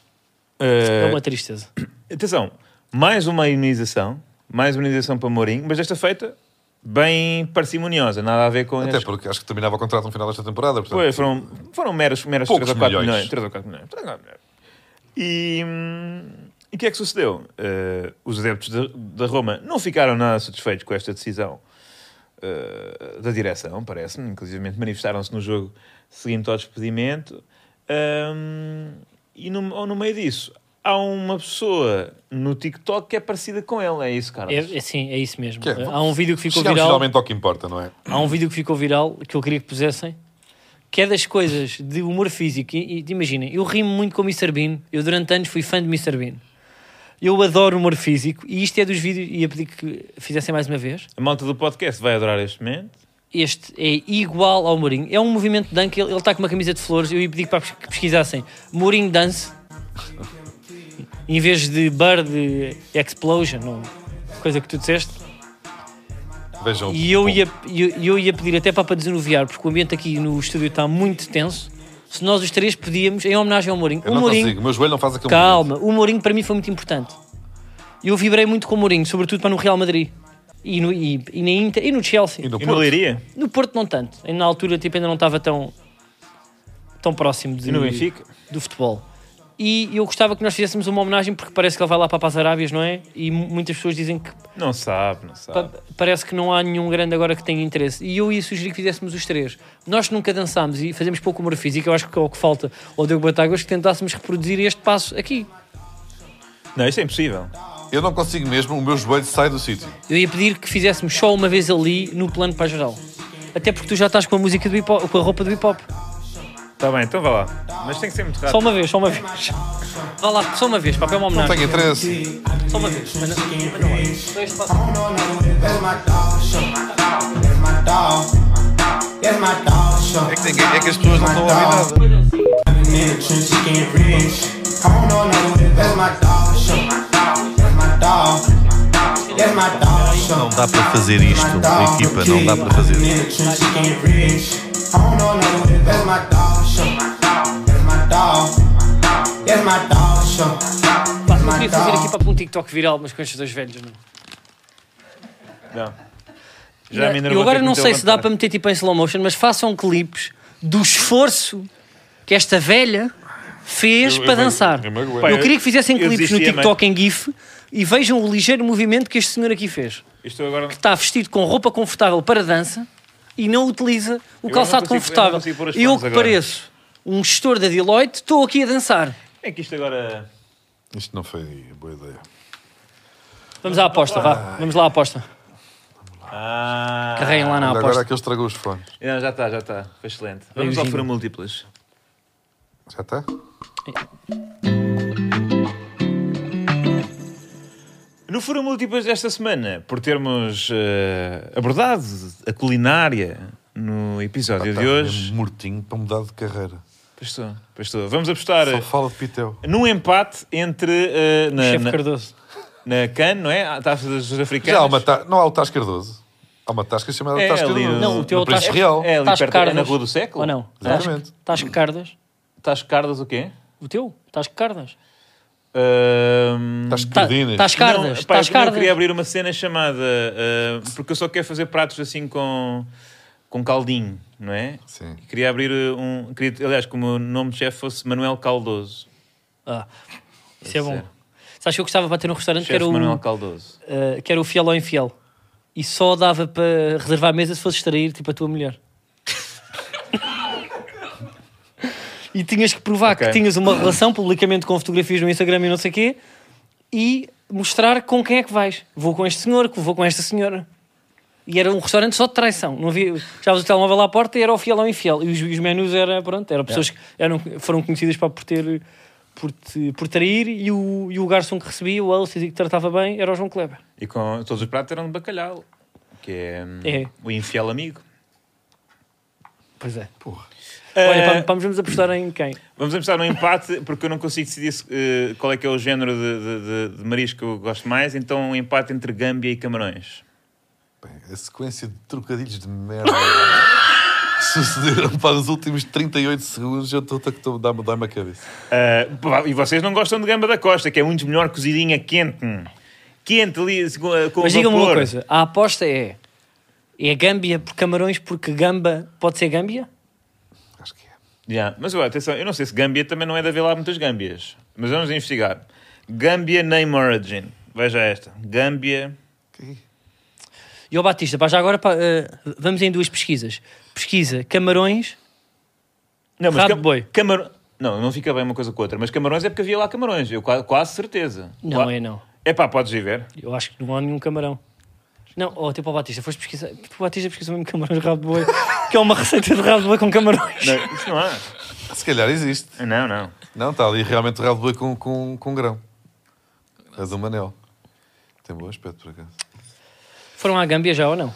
Speaker 2: É
Speaker 3: Eh,
Speaker 2: uma tristeza.
Speaker 3: Atenção, mais uma imunização. Mais uma imunização para Mourinho, mas desta feita bem parcimoniosa. Nada a ver com...
Speaker 4: Até
Speaker 3: estes-
Speaker 4: porque acho que terminava o contrato no final desta temporada, portanto...
Speaker 3: Foi, foram, foram meros, meros
Speaker 4: Poucos
Speaker 3: 3 ou 4
Speaker 4: milhões.
Speaker 3: milhões. 3 ou 4 milhões. 3 ou 4 milhões. E hum, e o que é que sucedeu? Eh, os adeptos da- da Roma não ficaram nada satisfeitos com esta decisão eh, da direção, parece-me. Inclusive manifestaram-se no jogo seguinte ao despedimento. Hum, e no, ou no meio disso, há uma pessoa no TikTok que é parecida com ele. É isso, Carlos?
Speaker 2: É, é sim, é isso mesmo.
Speaker 4: Que é?
Speaker 2: Há um vídeo que ficou
Speaker 4: Chegamos
Speaker 2: viral.
Speaker 4: finalmente ao que importa, não é?
Speaker 2: Há um vídeo que ficou viral que eu queria que pusessem. Que é das coisas de humor físico. E, e- imaginem, eu rimo muito com o Mr. Bean. Eu durante anos fui fã de Mr. Bean. Eu adoro humor físico. E isto é dos vídeos. Ia pedir que fizessem mais uma vez.
Speaker 3: A malta do podcast vai adorar este momento.
Speaker 2: Este é igual ao Mourinho. É um movimento de dunk. Ele ele está com uma camisa de flores. Eu ia pedir para pes- que pesquisassem Mourinho Dance. em vez de Bird Explosion. Ou coisa que tu disseste.
Speaker 4: Vejam. o-
Speaker 2: E eu ia, eu, eu ia pedir até para para desanuviar, porque o ambiente aqui no estúdio está muito tenso. Se nós os três pedíamos, em homenagem ao Mourinho,
Speaker 4: Eu
Speaker 2: o
Speaker 4: não
Speaker 2: Mourinho,
Speaker 4: consigo, o meu joelho não faz aquele
Speaker 2: calma, o Mourinho para mim foi muito importante. Eu vibrei muito com o Mourinho, sobretudo para no Real Madrid e no, e, e na Inter, e no Chelsea.
Speaker 4: E no
Speaker 3: E não
Speaker 4: Porto.
Speaker 3: Leiria?
Speaker 2: No Porto, não tanto. Ainda na altura, tipo, ainda não estava tão, tão próximo de-
Speaker 3: E no Benfica?
Speaker 2: do futebol. E eu gostava que nós fizéssemos uma homenagem, porque parece que ele vai lá para as Arábias, não é? E mu- muitas pessoas dizem que
Speaker 3: Não sabe, não sabe.
Speaker 2: Pa- Parece que não há nenhum grande agora que tenha interesse. E eu ia sugerir que fizéssemos os três. Nós que nunca dançámos e fazemos pouco humor físico, eu acho que é o que falta ao Diogo Batáguas que tentássemos reproduzir este passo aqui.
Speaker 3: Não, isso é impossível.
Speaker 4: Eu não consigo mesmo, o meu joelho sai do sítio.
Speaker 2: Eu ia pedir que fizéssemos só uma vez ali no plano para geral. Até porque tu já estás com a música do hip hop, com a roupa do hip hop.
Speaker 3: Tá bem, então vá lá. Mas tem que ser muito rápido.
Speaker 2: Só uma vez, só uma vez. Vá lá, só uma vez, papel uma
Speaker 4: Não
Speaker 2: homenagem.
Speaker 4: tenho interesse.
Speaker 2: Só uma vez. Mas não- mas não é. Só este passo.
Speaker 4: É que, ninguém- é que as pessoas não estão a ouvir nada.
Speaker 10: Não dá para fazer isto, equipa, não dá para fazer.
Speaker 2: Pá, Eu queria fazer aqui para um TikTok viral, mas com estes dois velhos, não.
Speaker 3: Não. Já me enervou
Speaker 2: eu agora
Speaker 3: ter que
Speaker 2: não
Speaker 3: meter
Speaker 2: sei
Speaker 3: o
Speaker 2: se dá
Speaker 3: levantar.
Speaker 2: para meter tipo em slow motion, mas façam clipes do esforço que esta velha fez
Speaker 4: Eu- eu
Speaker 2: para
Speaker 4: me-
Speaker 2: dançar.
Speaker 4: eu
Speaker 2: Eu,
Speaker 4: me aguento.
Speaker 3: Pá, eu-
Speaker 2: queria que fizessem
Speaker 3: eu
Speaker 2: clipes no
Speaker 3: desistia, mano.
Speaker 2: TikTok em GIF e vejam o ligeiro movimento que este senhor aqui fez.
Speaker 3: Isto agora...
Speaker 2: Que está vestido com roupa confortável para dança e não utiliza o
Speaker 3: não
Speaker 2: calçado
Speaker 3: consigo- eu não
Speaker 2: confortável.
Speaker 3: consigo pôr as
Speaker 2: E eu
Speaker 3: mãos
Speaker 2: que
Speaker 3: agora.
Speaker 2: pareço um gestor da Deloitte, estou aqui a dançar.
Speaker 3: É que isto agora...
Speaker 4: Isto não foi boa ideia.
Speaker 2: Vamos à aposta, vá. Vamos lá à aposta.
Speaker 3: Ah...
Speaker 2: Carreguem lá na
Speaker 4: Olha, agora é
Speaker 2: aposta.
Speaker 4: que ele estragou os fones.
Speaker 3: Não, já está, já está. Foi excelente. Vamos
Speaker 2: Beijinho.
Speaker 3: ao Fura Múltiplas.
Speaker 4: Já está?
Speaker 3: No Fura Múltiplas desta semana, por termos eh, abordado a culinária no
Speaker 4: Ah, tá,
Speaker 3: episódio de hoje...
Speaker 4: Mortinho para mudar de carreira.
Speaker 3: Pois estou, pois estou. Vamos apostar
Speaker 4: Só fala de Pitel.
Speaker 3: num empate entre... eh, na,
Speaker 2: Chefe
Speaker 3: na,
Speaker 2: Cardoso.
Speaker 3: na CAN, não é? A taça das
Speaker 4: Já há uma
Speaker 3: africanas.
Speaker 4: ta... Não há o Tás Cardoso. Há uma tasca chamada
Speaker 3: É,
Speaker 4: Tás
Speaker 3: ali
Speaker 4: Cardoso.
Speaker 3: no-
Speaker 2: Não, o teu
Speaker 4: no Príncipe
Speaker 2: Tás-
Speaker 4: Real.
Speaker 3: É ali
Speaker 2: Tasco
Speaker 3: perto, é
Speaker 2: Cardas.
Speaker 3: na Rua do Século?
Speaker 2: Ou não?
Speaker 4: Exatamente.
Speaker 2: Tasco Cardas.
Speaker 3: Tasco Cardas o quê?
Speaker 2: O teu? Tasco Cardas.
Speaker 3: Ahm,
Speaker 4: Tás
Speaker 2: Tá-
Speaker 4: Cardinas.
Speaker 2: Tás Cardas.
Speaker 3: Não, pá,
Speaker 2: Tás
Speaker 3: é eu queria- eu
Speaker 2: Cardas.
Speaker 3: queria abrir uma cena chamada... ah, porque eu só quero fazer pratos assim com, com caldinho, não é?
Speaker 4: Sim.
Speaker 3: E Queria abrir uh, um... Queria, aliás, que o meu nome de chefe fosse Manuel Caldoso.
Speaker 2: Ah, isso é bom.
Speaker 3: ser.
Speaker 2: Sabes que eu gostava de bater num restaurante que
Speaker 3: Chefe
Speaker 2: era, o,
Speaker 3: Manuel Caldoso.
Speaker 2: ah, que era o fiel ou infiel. E só dava para reservar a mesa se fosse extrair, tipo, a tua mulher. e tinhas que provar que
Speaker 3: Ok.
Speaker 2: tinhas uma relação publicamente com fotografias no Instagram e não sei o quê e mostrar com quem é que vais. Vou com este senhor, vou com esta senhora. E era um restaurante só de traição. Não havia, já o telemóvel à porta e era o fiel ou infiel. E os, e os menus era, pronto, eram pessoas que eram, foram conhecidas para por ter por, te- por trair e o, e o garçom que recebia, o Elcio, e que tratava bem, era o João Kleber.
Speaker 3: E com, todos os pratos eram de bacalhau. Que é, hum,
Speaker 2: É.
Speaker 3: o infiel amigo.
Speaker 2: Pois é.
Speaker 3: Ah,
Speaker 2: Olha, vamos, vamos- vamos apostar em quem?
Speaker 3: Vamos começar no empate, porque eu não consigo decidir se, eh, qual é que é o género de, de- de- de marisco que eu gosto mais, então um empate entre Gâmbia e Camarões.
Speaker 4: Bem, a sequência de trocadilhos de merda *laughs* sucederam para os últimos 38 segundos. Eu estou a dar-me dar a cabeça.
Speaker 3: Ah, pá, e vocês não gostam de Gamba da Costa, que é muito melhor cozidinha quente. hum. Quente ali se- com, com
Speaker 2: Mas digam-me uma
Speaker 3: vapor.
Speaker 2: coisa: a aposta é. É Gâmbia por camarões, porque Gamba pode ser Gâmbia?
Speaker 4: Acho que é.
Speaker 3: Já, Mas ó, atenção, eu não sei se Gâmbia também não é de haver lá muitas Gâmbias. Mas vamos investigar. Gâmbia Name Origin. Veja esta. Gâmbia.
Speaker 2: E o Batista, pá, já agora pá, eh, vamos em duas pesquisas. Pesquisa Camarões
Speaker 3: Não,
Speaker 2: Rabo
Speaker 3: Cam-
Speaker 2: de boi.
Speaker 3: Camar... Não, não fica bem uma coisa com a outra. Mas Camarões é porque havia lá Camarões. Eu qua- quase certeza.
Speaker 2: Não
Speaker 3: Qua-
Speaker 2: é, não.
Speaker 3: É pá, podes ir ver.
Speaker 2: Eu acho que não há nenhum camarão. Não, ou até para o Batista, foste pesquisar. tipo, O Batista pesquisou mesmo camarões de rabo de boi, *laughs* que é uma receita de rabo de boi com camarões.
Speaker 3: Não, isso não há.
Speaker 4: Se calhar existe.
Speaker 3: Não, não.
Speaker 4: Não, está ali realmente o rabo de boi com, com, com grão. És um manel. Tem bom aspecto, por acaso.
Speaker 2: Foram à Gâmbia já ou não?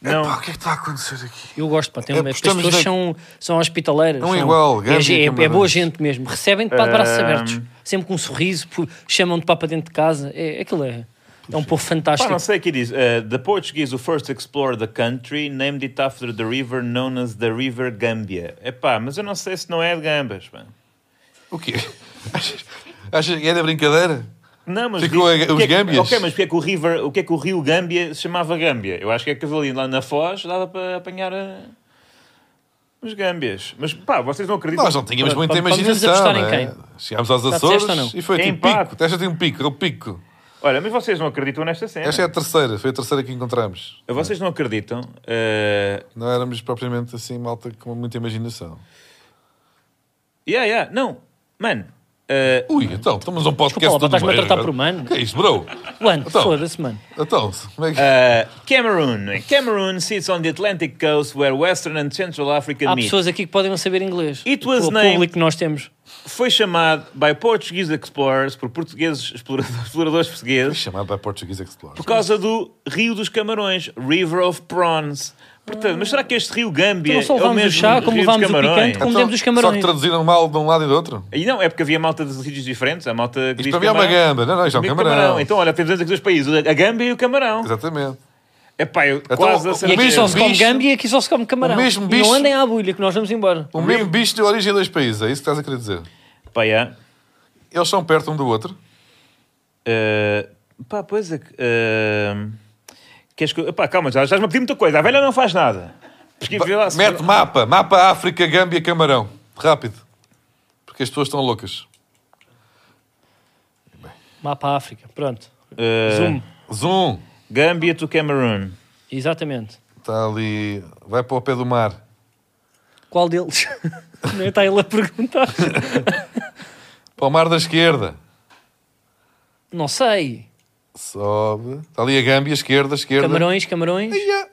Speaker 3: Não.
Speaker 4: Pá, o que é que está a acontecer aqui?
Speaker 2: Eu gosto, pá. Tem,
Speaker 4: É,
Speaker 2: é, as
Speaker 4: estamos
Speaker 2: pessoas
Speaker 4: na-
Speaker 2: são, são hospitaleiras.
Speaker 4: Não é
Speaker 2: são-
Speaker 4: igual, Gâmbia
Speaker 2: é, ge-
Speaker 4: e
Speaker 2: é- é
Speaker 4: Camarões.
Speaker 2: boa gente mesmo. Recebem-te para de braços
Speaker 4: Ehm.
Speaker 3: Ahm.
Speaker 2: abertos, sempre com um sorriso, pu- chamam-te para para dentro de casa. É, aquilo é, é um povo
Speaker 3: Pá,
Speaker 2: fantástico.
Speaker 3: não sei o que diz. Eh, the Portuguese who first explored the country named it after the river known as the River Gambia. Epá, mas eu não sei se não é de gambas. pá.
Speaker 4: O quê? *laughs* Achas, achas que é da brincadeira?
Speaker 3: Não, mas
Speaker 4: Ficou
Speaker 3: diz-
Speaker 4: a-
Speaker 3: o que
Speaker 4: os
Speaker 3: é que-
Speaker 4: Gâmbias?
Speaker 3: Ok, mas o que, é que o river, o que é que o rio Gâmbia se chamava Gâmbia? Eu acho que é que ali lá na Foz dava para apanhar eh, os Gâmbias. Mas pá, vocês não acreditam.
Speaker 4: Nós não tínhamos muita
Speaker 2: vamos
Speaker 4: imaginação.
Speaker 2: apostar em
Speaker 4: não é? Chegámos aos
Speaker 2: Já
Speaker 4: Açores
Speaker 2: disseste ou não?
Speaker 4: e foi
Speaker 3: É
Speaker 4: tipo
Speaker 3: empate.
Speaker 4: pico. Esta tem um pico, é o pico.
Speaker 3: Olha, mas vocês não acreditam nesta cena.
Speaker 4: Esta é a terceira, foi a terceira que encontramos.
Speaker 3: Vocês não acreditam. eh,
Speaker 4: Não éramos propriamente assim malta com muita imaginação.
Speaker 3: Yeah, yeah, não. Mano, eh,
Speaker 4: Ui, então, estamos a um podcast
Speaker 2: é? Desculpa lá,
Speaker 4: todo
Speaker 2: estás-me a
Speaker 4: meio
Speaker 2: tratar
Speaker 4: agora.
Speaker 2: por humano?
Speaker 4: O que é isto, bro?
Speaker 2: Lando,
Speaker 4: Então.
Speaker 2: foda-se, mano.
Speaker 4: Então, como é que...
Speaker 3: Uh, Cameroon. Cameroon sits on the Atlantic coast where Western and Central Africa
Speaker 2: Há
Speaker 3: meet.
Speaker 2: pessoas aqui que podem não saber inglês.
Speaker 3: It
Speaker 2: O
Speaker 3: was named-
Speaker 2: público que nós temos.
Speaker 3: Foi chamado by Portuguese explorers, por portugueses exploradores, *laughs* exploradores portugueses,
Speaker 4: Chamado para Portuguese Explorer.
Speaker 3: por causa do Rio dos Camarões, River of Prawns. Portanto, mas será que este Rio Gâmbia
Speaker 2: Então não só
Speaker 3: é o
Speaker 2: levámos o
Speaker 3: mesmo
Speaker 2: chá, como
Speaker 3: Rio dos
Speaker 2: levámos o
Speaker 3: Camarões?
Speaker 2: picante, como demos os
Speaker 4: Então, Só
Speaker 2: camarões.
Speaker 4: que traduziram mal de um lado e do outro.
Speaker 3: E não, é porque havia malta de sítios diferentes. A malta que
Speaker 4: Isto
Speaker 3: diz
Speaker 4: para mim é uma
Speaker 3: camarão.
Speaker 4: gamba. Não, não, isto é um
Speaker 3: Comigo
Speaker 4: camarão.
Speaker 3: Então, olha, temos aqui dois países, a Gâmbia e o Camarão.
Speaker 4: Exatamente.
Speaker 3: É pá, eu
Speaker 4: Então,
Speaker 3: quase
Speaker 4: o-
Speaker 3: a
Speaker 4: o
Speaker 2: E aqui
Speaker 4: mesmo
Speaker 2: só se come
Speaker 4: bicho-
Speaker 2: gâmbia e aqui só se come camarão.
Speaker 4: o mesmo
Speaker 2: E
Speaker 4: bicho-
Speaker 2: não andem à bulha que nós vamos embora.
Speaker 4: O mesmo bicho de origem a dois países, é isso que estás a querer dizer.
Speaker 3: Pá, yeah.
Speaker 4: Eles são perto um do outro.
Speaker 3: Ah, pá, pois é que. ah, queres que eu- pá, calma, já estás-me a pedir muita coisa. A velha não faz nada. Porque, vê lá se-
Speaker 4: Mete mapa. Mapa África, Gâmbia, Camarão. Rápido. Porque as pessoas estão loucas.
Speaker 2: Mapa África, pronto.
Speaker 3: Ah,
Speaker 4: É.
Speaker 2: Zoom,
Speaker 4: Zoom.
Speaker 3: Gâmbia to Cameroon.
Speaker 2: exatamente.
Speaker 4: Está Tá ali. Vai para o pé do mar.
Speaker 2: Qual deles? *laughs* Nem está ele a
Speaker 4: *laughs*
Speaker 2: perguntar.
Speaker 4: Para o mar da esquerda.
Speaker 2: Não sei.
Speaker 4: Sobe. Está ali a Gâmbia, esquerda, esquerda.
Speaker 2: Camarões, camarões.
Speaker 4: Aí já.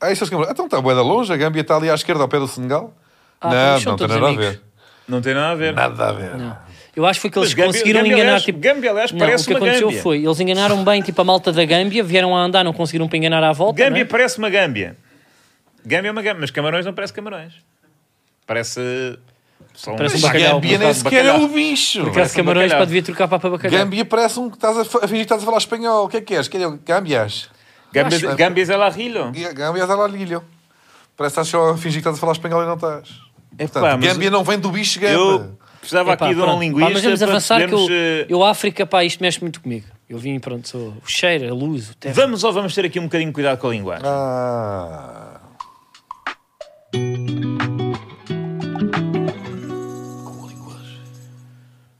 Speaker 4: Ah, estas câmaras. Então está bué da longe. A Gâmbia está ali à esquerda, ao pé do Senegal.
Speaker 2: Ah,
Speaker 4: não,
Speaker 2: mas são
Speaker 4: não tem
Speaker 2: todos
Speaker 4: nada a
Speaker 2: amigos.
Speaker 4: ver.
Speaker 3: Não tem nada a ver.
Speaker 4: Nada a ver.
Speaker 2: Eu acho que foi que eles
Speaker 3: Mas Gâmbia-
Speaker 2: conseguiram
Speaker 3: Gâmbia,
Speaker 2: enganar.
Speaker 3: aliás-
Speaker 2: Tipo...
Speaker 3: Gâmbia, aliás,
Speaker 2: não,
Speaker 3: parece
Speaker 2: o que
Speaker 3: uma
Speaker 2: aconteceu
Speaker 3: Gâmbia.
Speaker 2: foi, eles enganaram bem, tipo a malta da Gâmbia, vieram a andar, não conseguiram para enganar à volta.
Speaker 3: Gâmbia
Speaker 2: não é?
Speaker 3: parece uma Gâmbia. Gâmbia é uma Gâmbia, mas Camarões não parece Camarões. Parece. Só um
Speaker 2: Parece um
Speaker 4: Mas
Speaker 2: bacalhau,
Speaker 4: Gâmbia
Speaker 3: por
Speaker 4: nem
Speaker 3: causa de
Speaker 4: sequer é
Speaker 3: bacalhau.
Speaker 4: o bicho.
Speaker 2: Porque esse camarões
Speaker 3: bacalhau.
Speaker 2: para devia trocar para bacalhau.
Speaker 4: Gâmbia parece um que estás a, fa- a fingir que estás a falar espanhol. O que é que és? Quer Gâmbias?
Speaker 3: Gâmbia, Gâmbia é lá Rilo.
Speaker 4: E a Gâmbias era lilho. Parece que estás só a fingir que estás a falar espanhol e não estás. Portanto,
Speaker 3: É pá, mas-
Speaker 4: Gâmbia não vem do bicho Gâmbia.
Speaker 3: Eu precisava
Speaker 2: Epá,
Speaker 3: aqui de
Speaker 2: pronto.
Speaker 3: um
Speaker 2: Pá,
Speaker 3: linguista.
Speaker 2: mas vamos
Speaker 3: para
Speaker 2: avançar que eu,
Speaker 3: percebermos, eh,
Speaker 2: eu África, pá, isto mexe muito comigo. Eu vim, pronto, sou o cheiro, a luz, o tempo.
Speaker 3: Vamos ou vamos ter aqui um bocadinho de cuidado com a linguagem?
Speaker 4: Ah.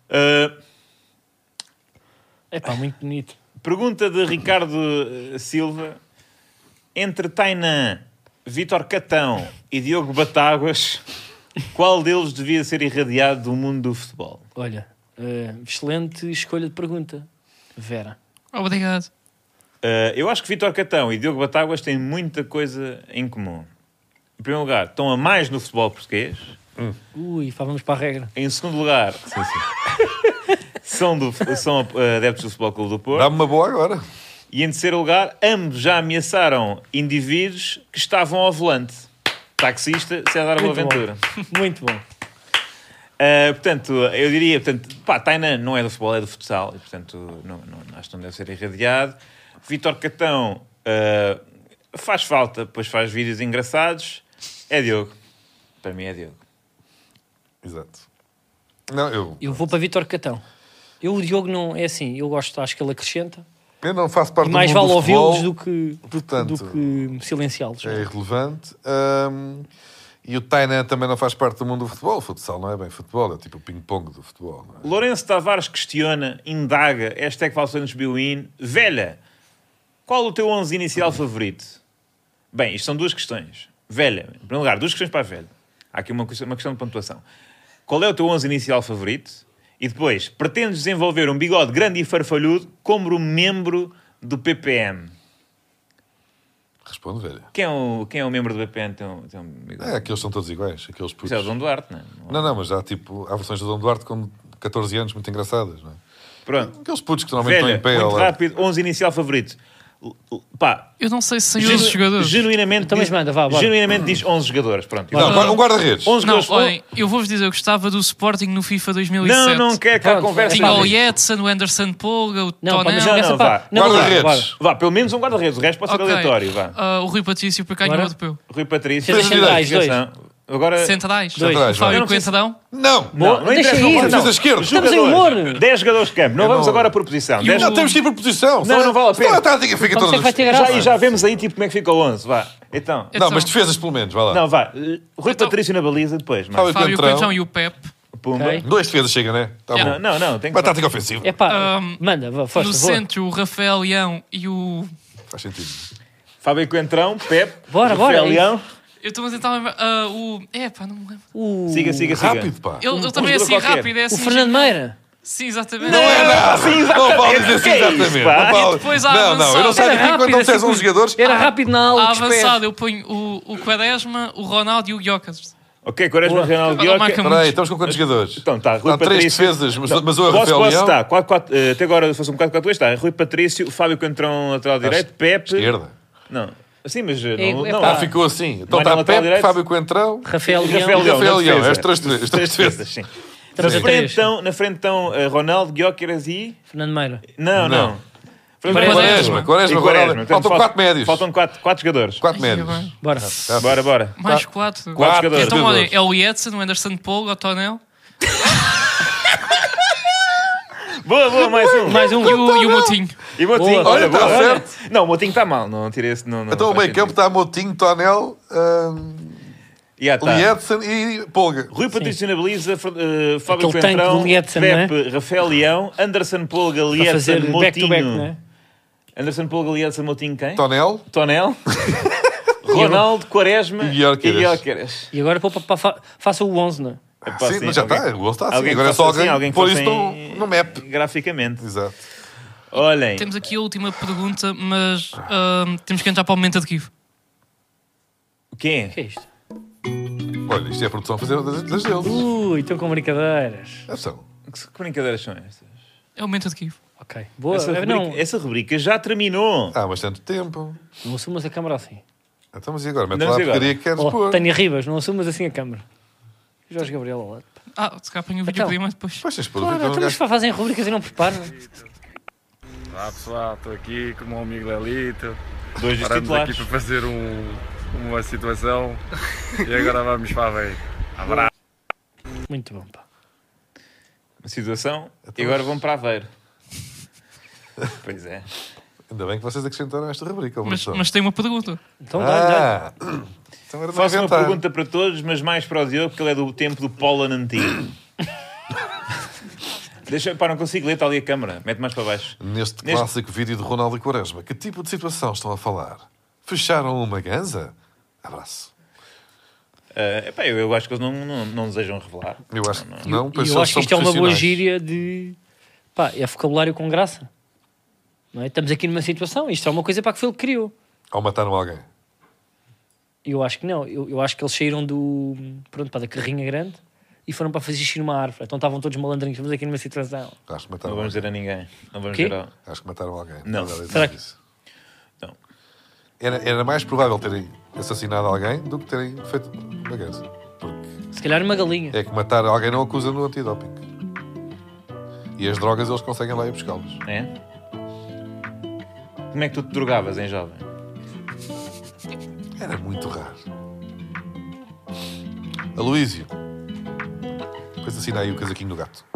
Speaker 3: Eh,
Speaker 2: É pá, muito bonito.
Speaker 3: pergunta de Ricardo eh, Silva. Entre Tainan, Vítor Catão e Diogo Batáguas, qual deles devia ser irradiado do mundo do futebol?
Speaker 2: Olha, eh, excelente escolha de pergunta, Vera.
Speaker 11: Obrigado.
Speaker 3: Uh, eu acho que Vitor Catão e Diogo Batáguas têm muita coisa em comum. Em primeiro lugar, estão a mais no futebol português.
Speaker 2: Ui, pá, vamos para a regra.
Speaker 3: Em segundo lugar, são, do- são, uh, adeptos do Futebol Clube do Porto.
Speaker 4: Dá-me uma boa agora.
Speaker 3: E em terceiro lugar, ambos ameaçaram indivíduos que estavam ao volante. Taxista César
Speaker 2: Muito
Speaker 3: Boaventura.
Speaker 2: bom. Muito bom.
Speaker 3: Uh, portanto, eu diria, portanto, pá, Tainan não é do futebol, é do futsal, e portanto não, não- acho que não deve ser irradiado. Vitor Catão uh, faz falta, pois faz vídeos engraçados. É Diogo. Para mim é Diogo.
Speaker 4: Exato. Não, eu,
Speaker 2: Eu vou para Vitor Catão. Eu, o Diogo, não é assim. Eu gosto, acho que ele acrescenta.
Speaker 4: eu não faço parte
Speaker 2: E mais
Speaker 4: do mundo
Speaker 2: vale
Speaker 4: do futebol,
Speaker 2: ouvi-los do que, do,
Speaker 4: portanto,
Speaker 2: do que silenciá-los.
Speaker 4: É irrelevante. Ahm, e o Tainan também não faz parte do mundo do futebol. O futsal não é bem futebol, é tipo o ping-pong do futebol. não é?
Speaker 3: Lourenço Tavares questiona, indaga, hashtag Valsanos Biuin. um, Velha, qual o teu 11 inicial favorito? Bem, isto são duas questões. Velha, em primeiro lugar, duas questões para a velha. Há aqui uma questão, uma questão de pontuação. Qual é o teu 11 inicial favorito? E depois, pretendes desenvolver um bigode grande e farfalhudo como um membro do PPM?
Speaker 4: Responde, velho.
Speaker 3: Quem é o, quem é o membro do PPM que tem um, tem um bigode?
Speaker 4: É, aqueles são todos iguais. Aqueles putos.
Speaker 3: Isso é o Dom Duarte, não é?
Speaker 4: Não, não, mas há tipo, há versões do Dom Duarte com 14 anos muito engraçadas, não é?
Speaker 3: Pronto.
Speaker 4: Aqueles putos que normalmente
Speaker 3: Velha,
Speaker 4: estão em é. pé.
Speaker 3: muito
Speaker 4: ao lado.
Speaker 3: rápido, 11 inicial favorito. L- l- Pá,
Speaker 11: Eu não sei se saiu
Speaker 3: Genu-
Speaker 11: dos jogadores.
Speaker 3: Genuinamente,
Speaker 2: Então, mas
Speaker 3: diz,
Speaker 2: manda, vá, bora.
Speaker 3: genuinamente diz 11 jogadores. Pronto.
Speaker 4: Não, guarda- um guarda-redes.
Speaker 3: 11
Speaker 11: Não,
Speaker 3: jogadores. um-
Speaker 11: olhem, eu vou-vos dizer, eu gostava do Sporting no FIFA
Speaker 3: não,
Speaker 11: 2007.
Speaker 3: não quer que a
Speaker 2: Pronto,
Speaker 3: conversa.
Speaker 11: Tinha
Speaker 2: Não,
Speaker 11: o
Speaker 2: mas-
Speaker 11: Jetson, o Anderson Polga, o
Speaker 2: Não, pá, mas
Speaker 11: Tonel.
Speaker 2: começa
Speaker 3: não,
Speaker 2: para...
Speaker 3: vá.
Speaker 2: não, bá,
Speaker 4: Guarda-redes.
Speaker 2: bá.
Speaker 3: Vá, pelo menos um guarda-redes. O resto pode ser
Speaker 11: Ok.
Speaker 3: aleatório. Vá.
Speaker 11: Ah, o Rui Patrício por cá ganhou
Speaker 2: Bora.
Speaker 11: o europeu.
Speaker 3: Rui Patrício.
Speaker 2: Fez
Speaker 4: as centrais,
Speaker 3: Atenção. Agora.
Speaker 11: Centrais.
Speaker 4: Centrais,
Speaker 11: Fábio
Speaker 4: vai.
Speaker 3: Eu não preciso-
Speaker 11: Coentrão.
Speaker 4: Não!
Speaker 3: Não, não
Speaker 2: Deixa
Speaker 3: interessa.
Speaker 2: ir.
Speaker 3: Não,
Speaker 4: Defesa esquerda.
Speaker 2: Estamos em
Speaker 3: Jogadores.
Speaker 2: humor.
Speaker 3: 10 jogadores de campo. Não
Speaker 4: Eu
Speaker 3: vamos
Speaker 4: não-
Speaker 3: agora por posição.
Speaker 11: o-
Speaker 3: Dez-
Speaker 4: Não temos que ir por posição.
Speaker 3: Não, não vale a pena.
Speaker 4: Não, tá, fica, fica
Speaker 2: Vamos
Speaker 4: todos.
Speaker 2: é que vai ter
Speaker 3: já,
Speaker 2: graça.
Speaker 3: e já vemos aí tipo, como é que fica o 11. Vá. Então.
Speaker 4: Não, mas
Speaker 11: Então,
Speaker 4: defesas pelo menos, vai lá.
Speaker 3: Não, vá. Eh, Rui Patrício na baliza depois. Mas...
Speaker 4: Fábio
Speaker 11: Fábio
Speaker 4: Coentrão.
Speaker 11: Coentrão e o Pepe.
Speaker 3: Pumba.
Speaker 2: Ok.
Speaker 4: Dois defesas chega, né? Tá
Speaker 11: Yeah.
Speaker 4: bom.
Speaker 3: Não, não, não. Tem que...
Speaker 4: Batática ofensiva.
Speaker 2: É pá,
Speaker 11: Ahm,
Speaker 2: manda, vá,
Speaker 11: Um, no
Speaker 2: força, vou.
Speaker 11: centro, o Rafael Leão e o...
Speaker 4: Faz sentido.
Speaker 3: Fábio Coentrão, Pepe.
Speaker 2: Bora, bora,
Speaker 3: Rafael
Speaker 2: é
Speaker 3: Leão.
Speaker 11: Eu estou a tentar lembrar... ah, o... É, pá, não me lembro.
Speaker 3: Siga, siga, siga.
Speaker 4: Rápido, pá.
Speaker 11: Ele, ele também é assim
Speaker 3: Um jogador qualquer.
Speaker 11: rápido, é assim...
Speaker 2: O Fernando Meira.
Speaker 11: Sim, exatamente.
Speaker 4: é Sim, não vale dizer assim,
Speaker 3: Que é isso,
Speaker 4: exatamente.
Speaker 3: pá?
Speaker 4: Não, vale.
Speaker 11: E depois há
Speaker 4: não, não, eu não saio
Speaker 11: avançado.
Speaker 4: daqui enquanto
Speaker 11: Era
Speaker 4: não disseres
Speaker 11: rápido,
Speaker 4: uns jogadores.
Speaker 2: Era rápido na
Speaker 11: À
Speaker 2: aula. que espera.
Speaker 11: avançada eu ponho o, o Quaresma, o Ronaldo e o Guiocas.
Speaker 3: Ok, Quaresma, Ronaldo,
Speaker 11: Agora
Speaker 3: Guioca.
Speaker 11: marca
Speaker 4: Espera aí,
Speaker 11: muitos.
Speaker 4: estamos com quantos jogadores?
Speaker 3: Então, tá, Rui
Speaker 4: Há três
Speaker 3: Patrício.
Speaker 4: defesas, mas,
Speaker 3: Não,
Speaker 4: mas o
Speaker 3: posso,
Speaker 4: Rafael
Speaker 3: posso,
Speaker 4: Leão.
Speaker 3: tá. Quatro, quatro, eh, até agora fosse um bocado 4 está. Rui Patrício, Fábio Cantrão, lateral direito, Pepe.
Speaker 4: Esquerda.
Speaker 3: Não. Sim, mas eh,
Speaker 2: É,
Speaker 3: não,
Speaker 2: é
Speaker 3: não
Speaker 2: pá.
Speaker 4: Ah,
Speaker 3: há.
Speaker 4: ficou assim. Então
Speaker 3: Vai na
Speaker 4: está
Speaker 3: lateral
Speaker 4: Pepe,
Speaker 3: direita.
Speaker 4: Fábio Coentrão.
Speaker 2: Rafael
Speaker 3: E
Speaker 2: Leão.
Speaker 3: Rafael Leão,
Speaker 4: Rafael
Speaker 3: na
Speaker 4: Leão,
Speaker 3: defesa.
Speaker 4: as três defesas.
Speaker 3: As três defesas, sim.
Speaker 2: Estamos
Speaker 3: na,
Speaker 2: a três.
Speaker 3: frente, estão, na frente estão eh, Ronaldo, Guioqueiras e...
Speaker 2: Fernando Meira.
Speaker 3: Não,
Speaker 4: Não.
Speaker 3: não.
Speaker 11: Quaresma,
Speaker 3: E
Speaker 4: Quaresma, Ronaldo.
Speaker 3: Portanto,
Speaker 4: Faltam
Speaker 3: falta-
Speaker 4: quatro médios.
Speaker 3: Faltam 4 quatro jogadores.
Speaker 4: Quatro
Speaker 11: Ai,
Speaker 4: médios.
Speaker 11: agora.
Speaker 2: Bora.
Speaker 3: Bora, bora.
Speaker 11: Mais quatro.
Speaker 3: Quatro jogadores.
Speaker 11: Então, olha,
Speaker 4: jogadores.
Speaker 11: é o Edson, o Anderson Paul, o Tonel.
Speaker 3: Boa, boa, mais um.
Speaker 2: Mais um. E o- e o Moutinho.
Speaker 3: E o Motinho.
Speaker 2: Boa.
Speaker 4: Olha, tá
Speaker 3: certo. Não, o Motinho está mal. Não tirei esse. Não, não
Speaker 4: Então o
Speaker 3: faz
Speaker 4: meio campo está Motinho, Tonel, hum,
Speaker 3: sentido. Já tá.
Speaker 4: Lietzen e Polga.
Speaker 3: Rui Patrício na Beliza, Fr- eh, Fábio
Speaker 2: Aquele tanque
Speaker 3: Coentrão,
Speaker 2: do Lietzen,
Speaker 3: Pepe, Rafael Leão, Anderson Polga,
Speaker 2: é? Para
Speaker 3: Lietzen,
Speaker 2: fazer
Speaker 3: Motinho.
Speaker 2: back-to-back, não é?
Speaker 3: Anderson Polga, Lietzen, Motinho, quem?
Speaker 4: Tonel. *laughs*
Speaker 3: Tonel. Ronaldo, Quaresma
Speaker 4: E Gyökeres.
Speaker 3: e Gyökeres.
Speaker 2: E agora pô, pa- pa- fa- faça o 11, não é?
Speaker 3: Epá,
Speaker 4: Sim, mas já
Speaker 3: alguém-
Speaker 4: está, o gol está assim.
Speaker 3: alguém
Speaker 4: Agora é
Speaker 3: que
Speaker 4: só
Speaker 3: faça
Speaker 4: alguém pôr
Speaker 3: que faça
Speaker 4: isso
Speaker 3: em-
Speaker 4: no, no map.
Speaker 3: Graficamente.
Speaker 4: Exato.
Speaker 3: Olhem,
Speaker 11: Temos aqui a última pergunta, mas ahm, temos que entrar para o momento adquivo.
Speaker 3: quem é?
Speaker 2: O que é isto?
Speaker 4: Olha, isto é a produção a fazer das, das deles.
Speaker 2: Ui, estão com brincadeiras.
Speaker 4: É só.
Speaker 3: Que brincadeiras são estas?
Speaker 11: É o momento adquivo.
Speaker 2: Ok. Boa.
Speaker 3: Essa
Speaker 2: Eh,
Speaker 3: rubrica,
Speaker 2: Não,
Speaker 3: essa rubrica já terminou.
Speaker 4: Há bastante tempo.
Speaker 2: não assumas a câmara assim.
Speaker 4: Então, mas e agora? Mete
Speaker 3: Não,
Speaker 4: lá
Speaker 3: mas
Speaker 4: a
Speaker 3: e agora?
Speaker 4: porcaria que queres
Speaker 2: Oh,
Speaker 4: pôr.
Speaker 2: Tânia Ribas, não assumas assim a câmara. Jorge Gabriel ao lado.
Speaker 11: Ah, se calhar apanho o
Speaker 2: Então.
Speaker 11: videoclima depois.
Speaker 4: Pois tens de pôr.
Speaker 2: Claro,
Speaker 4: então,
Speaker 2: então, mas
Speaker 4: gajo-
Speaker 2: fa- fazem rubricas e não preparam.
Speaker 12: Olá pessoal, estou aqui com o meu amigo Lelito.
Speaker 3: Dois dos
Speaker 12: Paramos aqui
Speaker 3: titulares.
Speaker 12: para fazer um- uma situação e agora vamos para a veia. Abraço.
Speaker 2: Muito bom, pá.
Speaker 3: Uma situação.
Speaker 4: Então
Speaker 3: E agora vão para Aveiro. *laughs* pois é.
Speaker 4: Ainda bem que vocês acrescentaram esta rubrica.
Speaker 11: Mas,
Speaker 4: Mas,
Speaker 11: mas tem uma pergunta.
Speaker 2: Então dá, dá.
Speaker 4: Ah, então era
Speaker 3: Faço uma
Speaker 4: inventar.
Speaker 3: pergunta para todos, mas mais para o Diogo, porque ele é do tempo do Polan *coughs* antigo. Deixa, pá, não consigo ler, está ali a câmara. Mete mais para baixo.
Speaker 4: Neste
Speaker 3: Neste-
Speaker 4: clássico vídeo de Ronaldo e Quaresma, que tipo de situação estão a falar? Fecharam uma ganza? Abraço.
Speaker 3: Ah, epá, eu, eu acho que eles não, não, não desejam revelar.
Speaker 4: Eu acho que não,
Speaker 2: E- e
Speaker 4: pois
Speaker 2: eu
Speaker 4: eles
Speaker 2: acho que
Speaker 4: são
Speaker 2: isto é uma boa
Speaker 4: profissionais.
Speaker 2: gíria de. Pá, é vocabulário com graça. Não é? Estamos aqui numa situação, isto é uma coisa para que foi ele que criou.
Speaker 4: Ou mataram alguém.
Speaker 2: Eu acho que não, eu, eu acho que eles saíram do. Pronto, pá, da carrinha grande e foram para fazer xixi numa árvore. Então estavam todos malandrinhos, estamos aqui numa situação.
Speaker 4: Acho que
Speaker 3: Não vamos
Speaker 4: mataram alguém.
Speaker 3: dizer a ninguém. Não vamos
Speaker 2: Quê?
Speaker 3: dizer ao...
Speaker 4: Acho que mataram alguém.
Speaker 3: Tá Não.
Speaker 4: Nada disso.
Speaker 2: Será que-
Speaker 3: Não.
Speaker 4: Era, era mais provável terem assassinado alguém do que terem feito uma ganza. Porque
Speaker 2: Se calhar uma galinha.
Speaker 4: é que matar alguém não acusa no antidoping. E as drogas eles conseguem lá ir buscá-los.
Speaker 3: É? Como é que tu te drogavas em jovem?
Speaker 4: Era muito raro. Aloísio. Depois assina aí o casaquinho do gato. É.